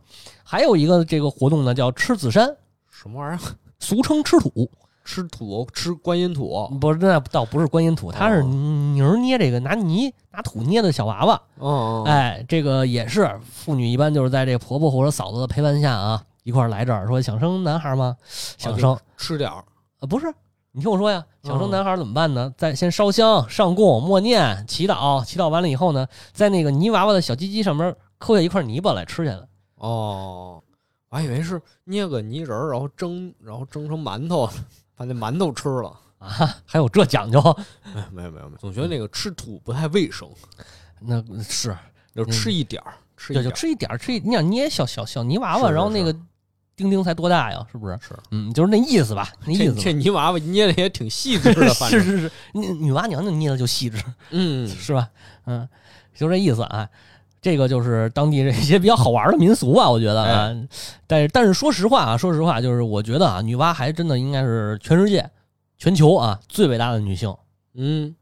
还有一个这个活动呢，叫吃子山，什么玩意儿？俗称吃土，吃土，吃观音土，不是那倒不是观音土，它是哦泥儿捏这个拿泥拿土捏的小娃娃，哦，哎，这个也是妇女一般就是在这婆婆或者嫂子的陪伴下啊，一块儿来这儿说想生男孩吗？想生，哦吃点儿，呃，不是，你听我说呀，想哦生男孩怎么办呢？再先烧香、上供、默念、祈祷，祈祷完了以后呢，在那个泥娃娃的小鸡鸡上面抠下一块泥巴来吃去了。哦，我还以为是捏个泥人儿，然后蒸，然后蒸成馒头， 把那馒头吃了。还有这讲究，哎，没有没有没有，总觉得那个吃土不太卫生，那是就吃一点儿，吃一就点嗯就儿。吃一点儿，吃一你想捏小小小泥娃娃，是是然后那是个丁丁才多大呀？是不是？是，嗯，就是那意思吧，那意这思吧。这泥娃娃捏的也挺细 致的，反正是是是，女女娲娘娘捏的就细致。嗯，是吧？嗯，就这意思啊。这个就是当地这些比较好玩的民俗啊，我觉得啊，但是但是说实话啊，说实话就是我觉得啊，女娲还真的应该是全世界、全球啊最伟大的女性，嗯，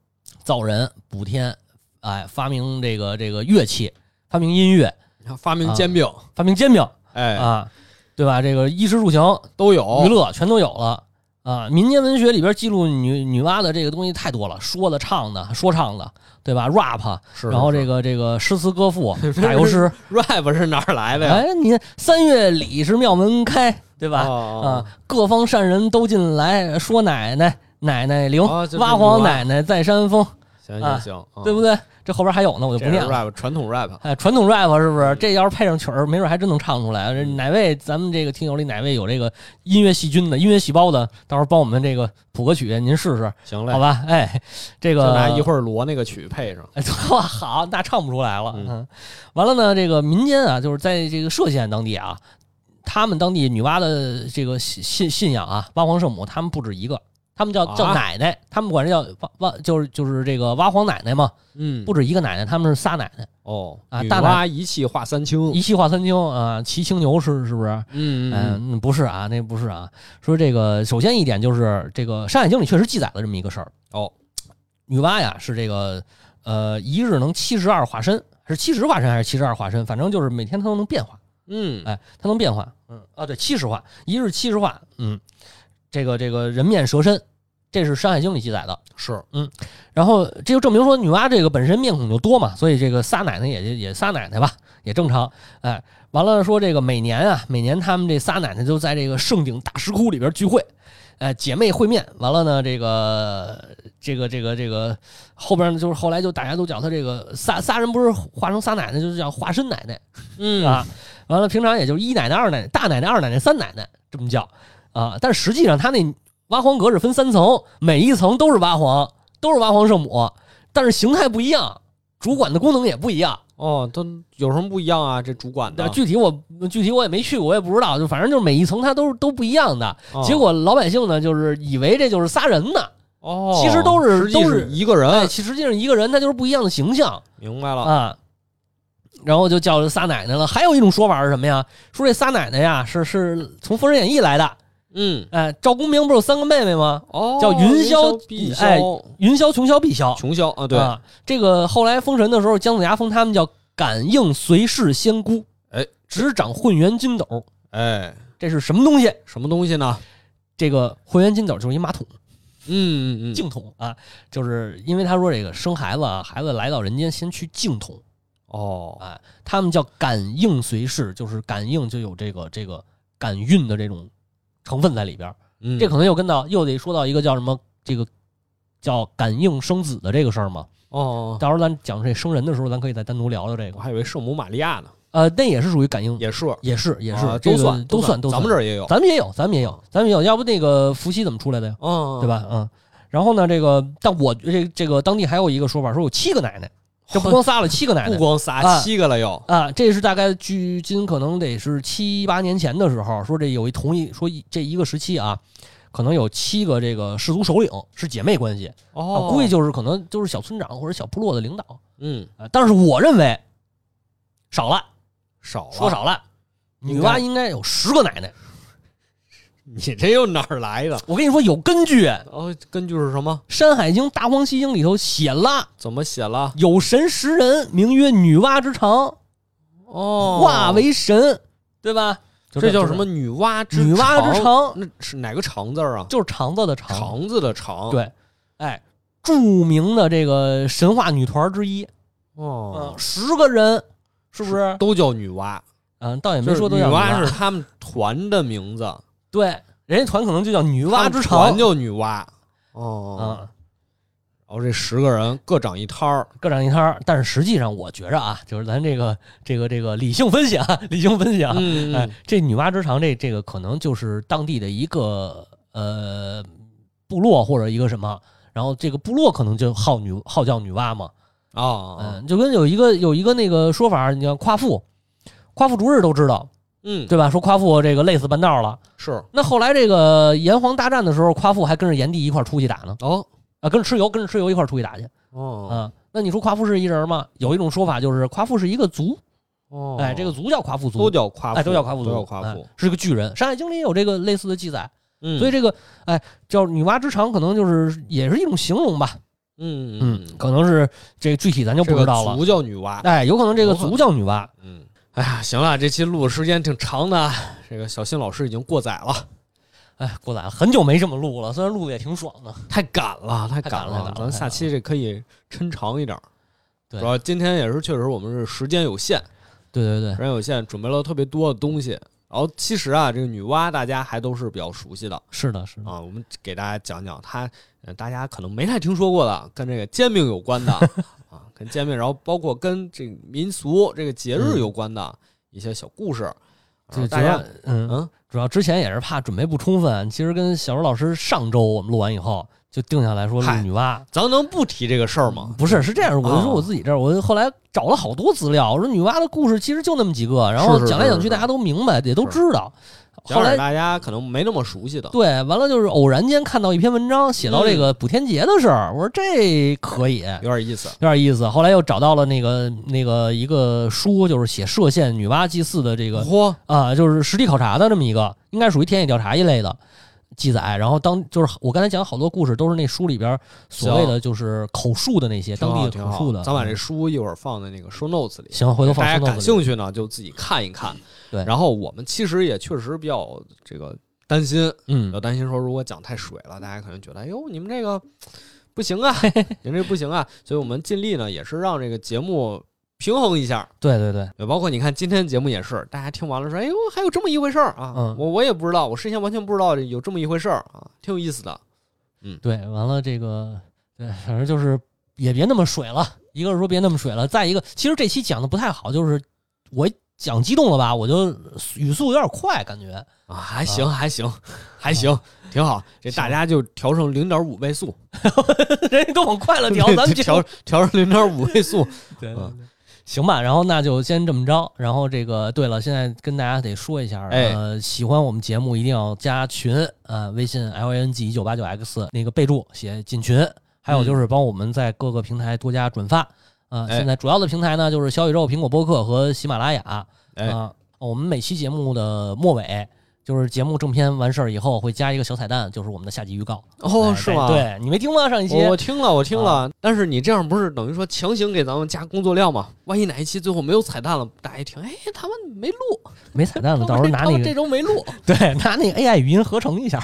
造人、补天，哎，发明这个这个乐器，发明音乐，发明煎饼，发明煎饼哎，哦啊，对吧？这个衣食住行、都有娱乐全都有了啊。民间文学里边记录女女娲的这个东西太多了，说的、唱的、说唱的，对吧？rap，是然后这个个这个诗词歌赋、打油诗， rap 是哪儿来的呀？哦哎，你三月里是庙门开，对吧？啊啊，，各方善人都进来，说奶奶奶奶灵，啊这是挖女皇娲奶奶在山峰，行啊行行，啊对不对？这后边还有呢，我就这不念是了。 rap 传统 rap，哎，传统 rap 是嗯不是？这要是配上曲儿，没准还真能唱出来。这哪位咱们这个听友里哪位有这个音乐细菌的、音乐细胞的，到时候帮我们这个谱个曲，您试试，行嘞好，吧？哎，这就个拿一会儿罗那个曲配上， 哎， 哇，好，那唱不出来了。嗯嗯，完了呢，这个民间啊，就是在这个歙县当地啊，他们当地女娲的这个信信信仰啊，八皇圣母，他们不止一个，他们叫叫啊奶奶，他们管这叫挖挖，就是就是这个挖皇奶奶嘛，嗯，不止一个奶奶，他们是仨奶奶，哦，啊女大娲一气化三清，一气化三清啊，骑青牛是是不是？嗯嗯嗯，不是啊，那不是啊。说这个，首先一点就是这个《山海经》里确实记载了这么一个事儿，哦，女娲呀是这个呃，一日能七十二化身，是七十化身还是七十二化身？反正就是每天它都能变化。嗯哎，它能变化，嗯，啊，对，七十化，一日七十化，嗯，这个这个人面蛇身，这是《山海经》里记载的。嗯是，然后这就证明说女娲这个本身面孔就多嘛，所以这个撒奶奶也也撒奶奶吧，也正常。哎，完了说这个每年啊，每年他们这撒奶奶就在这个圣顶大石窟里边聚会，哎，姐妹会面。完了呢，这个这个这个这个后边就是后来就大家都叫她这个撒撒人不是化成撒奶奶，就是叫化身奶奶。嗯啊，完了，平常也就是一奶奶、二奶奶、大奶奶、二奶奶、三奶奶这么叫啊。但实际上，他那挖皇阁是分三层，每一层都是挖皇，都是挖皇圣母，但是形态不一样，主管的功能也不一样。哦，它有什么不一样啊？这主管的但，具体我具体我也没去过，我也不知道。就反正就是每一层它都都不一样的。哦结果老百姓呢，就是以为这就是仨人呢，哦，其实都是实际都是是一个人哎，，其实际上一个人他就是不一样的形象。明白了，啊，然后就叫撒奶奶了。还有一种说法是什么呀？说这撒奶奶呀是是从《封神演义》来的。嗯，哎，赵公明不是有三个妹妹吗？哦，叫云霄碧哎霄、云霄、琼霄、碧霄。琼霄啊，对，啊，这个后来封神的时候，姜子牙封他们叫感应随侍仙姑，哎，执掌混元金斗，哎，这是什么东西？什么东西呢？这个混元金斗就是一马桶嗯嗯嗯，净桶啊，就是因为他说这个生孩子啊，孩子来到人间先去净桶，哦，哎，他们叫感应随侍，就是感应就有这个这个感孕的这种成分在里边儿。嗯这可能又跟到又得说到一个叫什么这个叫感应生子的这个事儿嘛。哦，到时候咱讲这生人的时候，咱可以再单独聊聊这个我。还以为圣母玛利亚呢，呃，那也是属于感应，也是也是也是啊，这都个算都算都咱算们这儿也有，咱们也有，咱们也有，咱们也有。要不那个伏羲怎么出来的呀？嗯，对吧？嗯。然后呢，这个但我这这个当地还有一个说法，说有七个奶奶，这不 光仨了，七个奶奶不。光仨，啊七个了又，啊，这是大概距今可能得是七八年前的时候，说这有一同一说一这一个时期啊，可能有七个这个氏族首领是姐妹关系，啊、哦估计就是可能就是小村长或者小部落的领导嗯啊。但是我认为少了，少了，说，少了，应女该娲应该有十个奶奶。你这又哪儿来的？我跟你说有根据，《哦，根据是什么？山海经·大荒西经》里头写了，怎么写了？有神识人，名曰女娲之长，哦，化为神，对吧？就这叫就什么女娲之女娲之长？长，那是哪个长字儿啊？就是肠子的肠。长字的长。，对，哎，著名的这个神话女团之一，嗯哦，十个人是不是？都叫女娲，嗯，倒也就没是说都女叫娲娲是他们团的名字，对，人家团可能就叫女他娲们之团长，叫女娲。哦，嗯，然后这十个人各长一摊儿，各长一摊儿。但是实际上，我觉着啊，就是咱这个这个这个理性分析啊，理性分析啊，嗯，哎嗯，这女娲之长这这个可能就是当地的一个呃部落或者一个什么。然后这个部落可能就号女号叫女娲嘛，哦，嗯，就跟有一个有一个那个说法，你像夸父，夸父逐日都知道，嗯，对吧？嗯说夸父这个累死半道了。是那后来这个炎黄大战的时候，夸父还跟着炎帝一块儿出去打呢，哦，啊，跟着蚩尤跟着蚩尤一块儿出去打去哦，啊。那你说夸父是一人吗？有一种说法就是夸父是一个族，哦，哎，这个族叫夸父都族，叫夸父，哎，都叫夸父都族，叫夸父哎，是个巨人。《山海经》里也有这个类似的记载，嗯，所以这个哎叫女娲之长，可能就是也是一种形容吧，嗯嗯嗯，嗯，可能是这具体咱就这不个知道了。族叫女娲，哎，有可能这个有可能族叫女娲，嗯，哎呀，行了，这期录的时间挺长的，啊这个小新老师已经过载了，哎，过载了，很久没这么录了，虽然录的也挺爽 的。太赶了，赶了太太赶了了，咱下期这可以抻长一点儿。对主要今天也是确实我们是时间有限，对对对时，间有限，准备了特别多的东西。然后其实啊，这个女娲大家还都是比较熟悉的是的，是的，啊，我们给大家讲讲她，呃大家可能没太听说过的，跟这个煎饼有 关的啊，跟煎饼，然后包括跟这个民俗、这个节日有关的一些小故事。这啊主大家要嗯，嗯，主要之前也是怕准备不充分，其实跟小周老师上周我们录完以后就定下来说录嗨女娲。咱能不提这个事儿吗？不是，是这样，我就说啊我自己这儿，我后来找了好多资料，我说女娲的故事其实就那么几个，然后是是讲来讲是去大家都明白，也都是知道。讲后点来大家可能没那么熟悉的。对，完了就是偶然间看到一篇文章，写到这嗯个补天节的事儿，我说这可以，有点意思。有点意思。后来又找到了那个那个一个书，就是写歙县女娲祭祀的这个嚯，啊，就是实地考察的这么一个，应该属于田野调查一类的。记载，然后当就是我刚才讲好多故事都是那书里边所谓的就是口述的那些挺当好地的挺口好述的。嗯咱把这书一会儿放在那个 show notes 里，行，回头放大家书感弄子里。兴趣呢就自己看一看。对然后我们其实也确实比较这个担心，嗯要，担心说如果讲太水了，大家可能觉得哎呦你们这个不行 啊，你们这不行啊，所以我们尽力呢也是让这个节目平衡一下。对对对，对包括你看今天节目也是，大家听完了说，哎呦，还有这么一回事儿啊！嗯我我也不知道，我之前完全不知道有这么一回事儿啊，挺有意思的。对，完了这个，对，反正就是也别那么水了。一个是说别那么水了，再一个，其实这期讲的不太好，就是我讲激动了吧，我就语速有点快，感觉 啊，还行，还行，还行，挺好。这大行家就调成零点五倍速，人家都往快了调，咱们调调成零点五倍 速。对 对啊行吧，然后那就先这么着。然后这个，对了，现在跟大家得说一下，哎哎呃，喜欢我们节目一定要加群，呃，微信 l n g 一九八九 x 那个备注写进群，还有就是帮我们在各个平台多加转发。呃，哎现在主要的平台呢就是小宇宙、苹果播客和喜马拉雅。啊、哎，我们每期节目的末尾。就是节目正片完事儿以后会加一个小彩蛋，就是我们的下集预告哦，哎是吗？，哦对你没听吗？上一期我我听了，我听了。但是你这样不是等于说强行给咱们加工作量吗？万一哪一期最后没有彩蛋了，大家一听，哎，他们没录，没彩蛋了，到时候拿他那们个这周没录，对，拿那个 AI 语音合成一 下，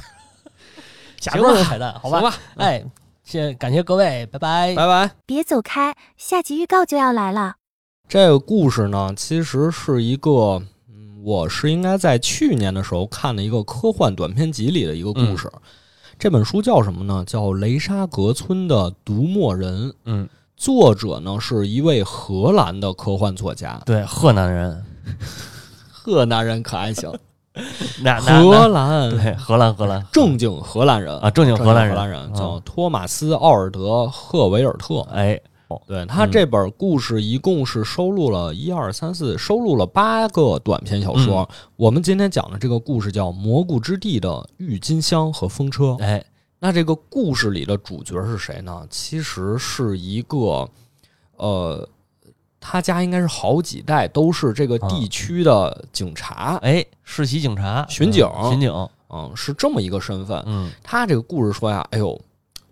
假装有彩 蛋，好吧？行吧？哎，谢感谢各位，拜拜。拜拜。别走开，下集预告就要来了。这个故事呢，其实是一个，嗯，我是应该在去年的时候看的一个科幻短篇集里的一个嗯故事。这本书叫什么呢？叫《雷沙格村的独墨人》。嗯，作者呢是一位荷兰的科幻作家，对，河南人，荷兰人可还行，那荷兰对荷兰荷兰正经荷兰人啊，，正经正经荷荷兰兰人，人嗯叫托马斯·奥尔德·赫维尔特。哎，对他嗯这本故事一共是收录了一二三四，收录了八个短篇小说。嗯我们今天讲的这个故事叫《蘑菇之地的郁金香和风车》。哎，那这个故事里的主角是谁呢？其实是一个，呃，他家应该是好几代都是这个地区的警察，哎，世袭警察，巡警嗯巡警，嗯，是这么一个身份。嗯他这个故事说呀，哎呦，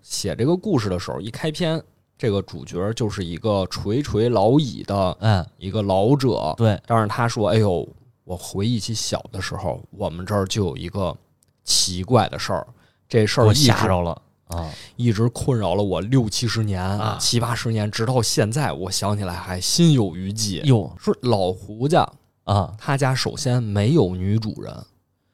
写这个故事的时候一开篇，这个主角就是一个垂垂老矣的哎，一个老者，对，但是他说，哎呦，我回忆起小的时候，我们这儿就有一个奇怪的事儿，这事儿我一吓直着了啊，一直困扰了我六七十年、啊七八十年，直到现在，我想起来还心有余悸。哟说老胡家啊，他家首先没有女主人，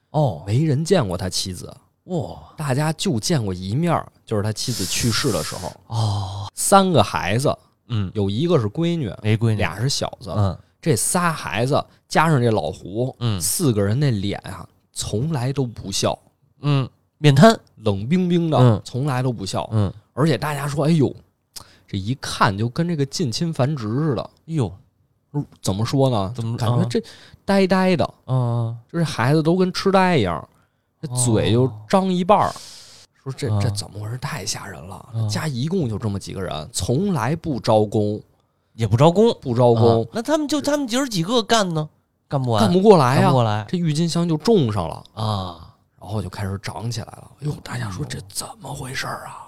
哦，没人见过他妻子，哇，大家就见过一面儿，就是他妻子去世的时候，哦，三个孩子，嗯，有一个是闺女，没闺女，俩是小子，嗯，这仨孩子加上这老胡，嗯四个人那脸啊，从来都不笑，嗯，面瘫，冷冰冰的，嗯从来都不笑。嗯，而且大家说，哎呦，这一看就跟这个近亲繁殖似的。哟，怎么说呢？怎么感觉啊这呆呆的，嗯，就是孩子都跟痴呆一样，这哦嘴就张一半儿。说这这嗯怎么回事？太吓人了！嗯家一共就这么几个人，从来不招工，也不招工，不招工啊，那他们就他们姐儿几个干呢，干不完，干不过来啊干呀不。过来这郁金香就种上了。啊，然后就开始长起来了。哎呦，大家说这怎么回事儿啊？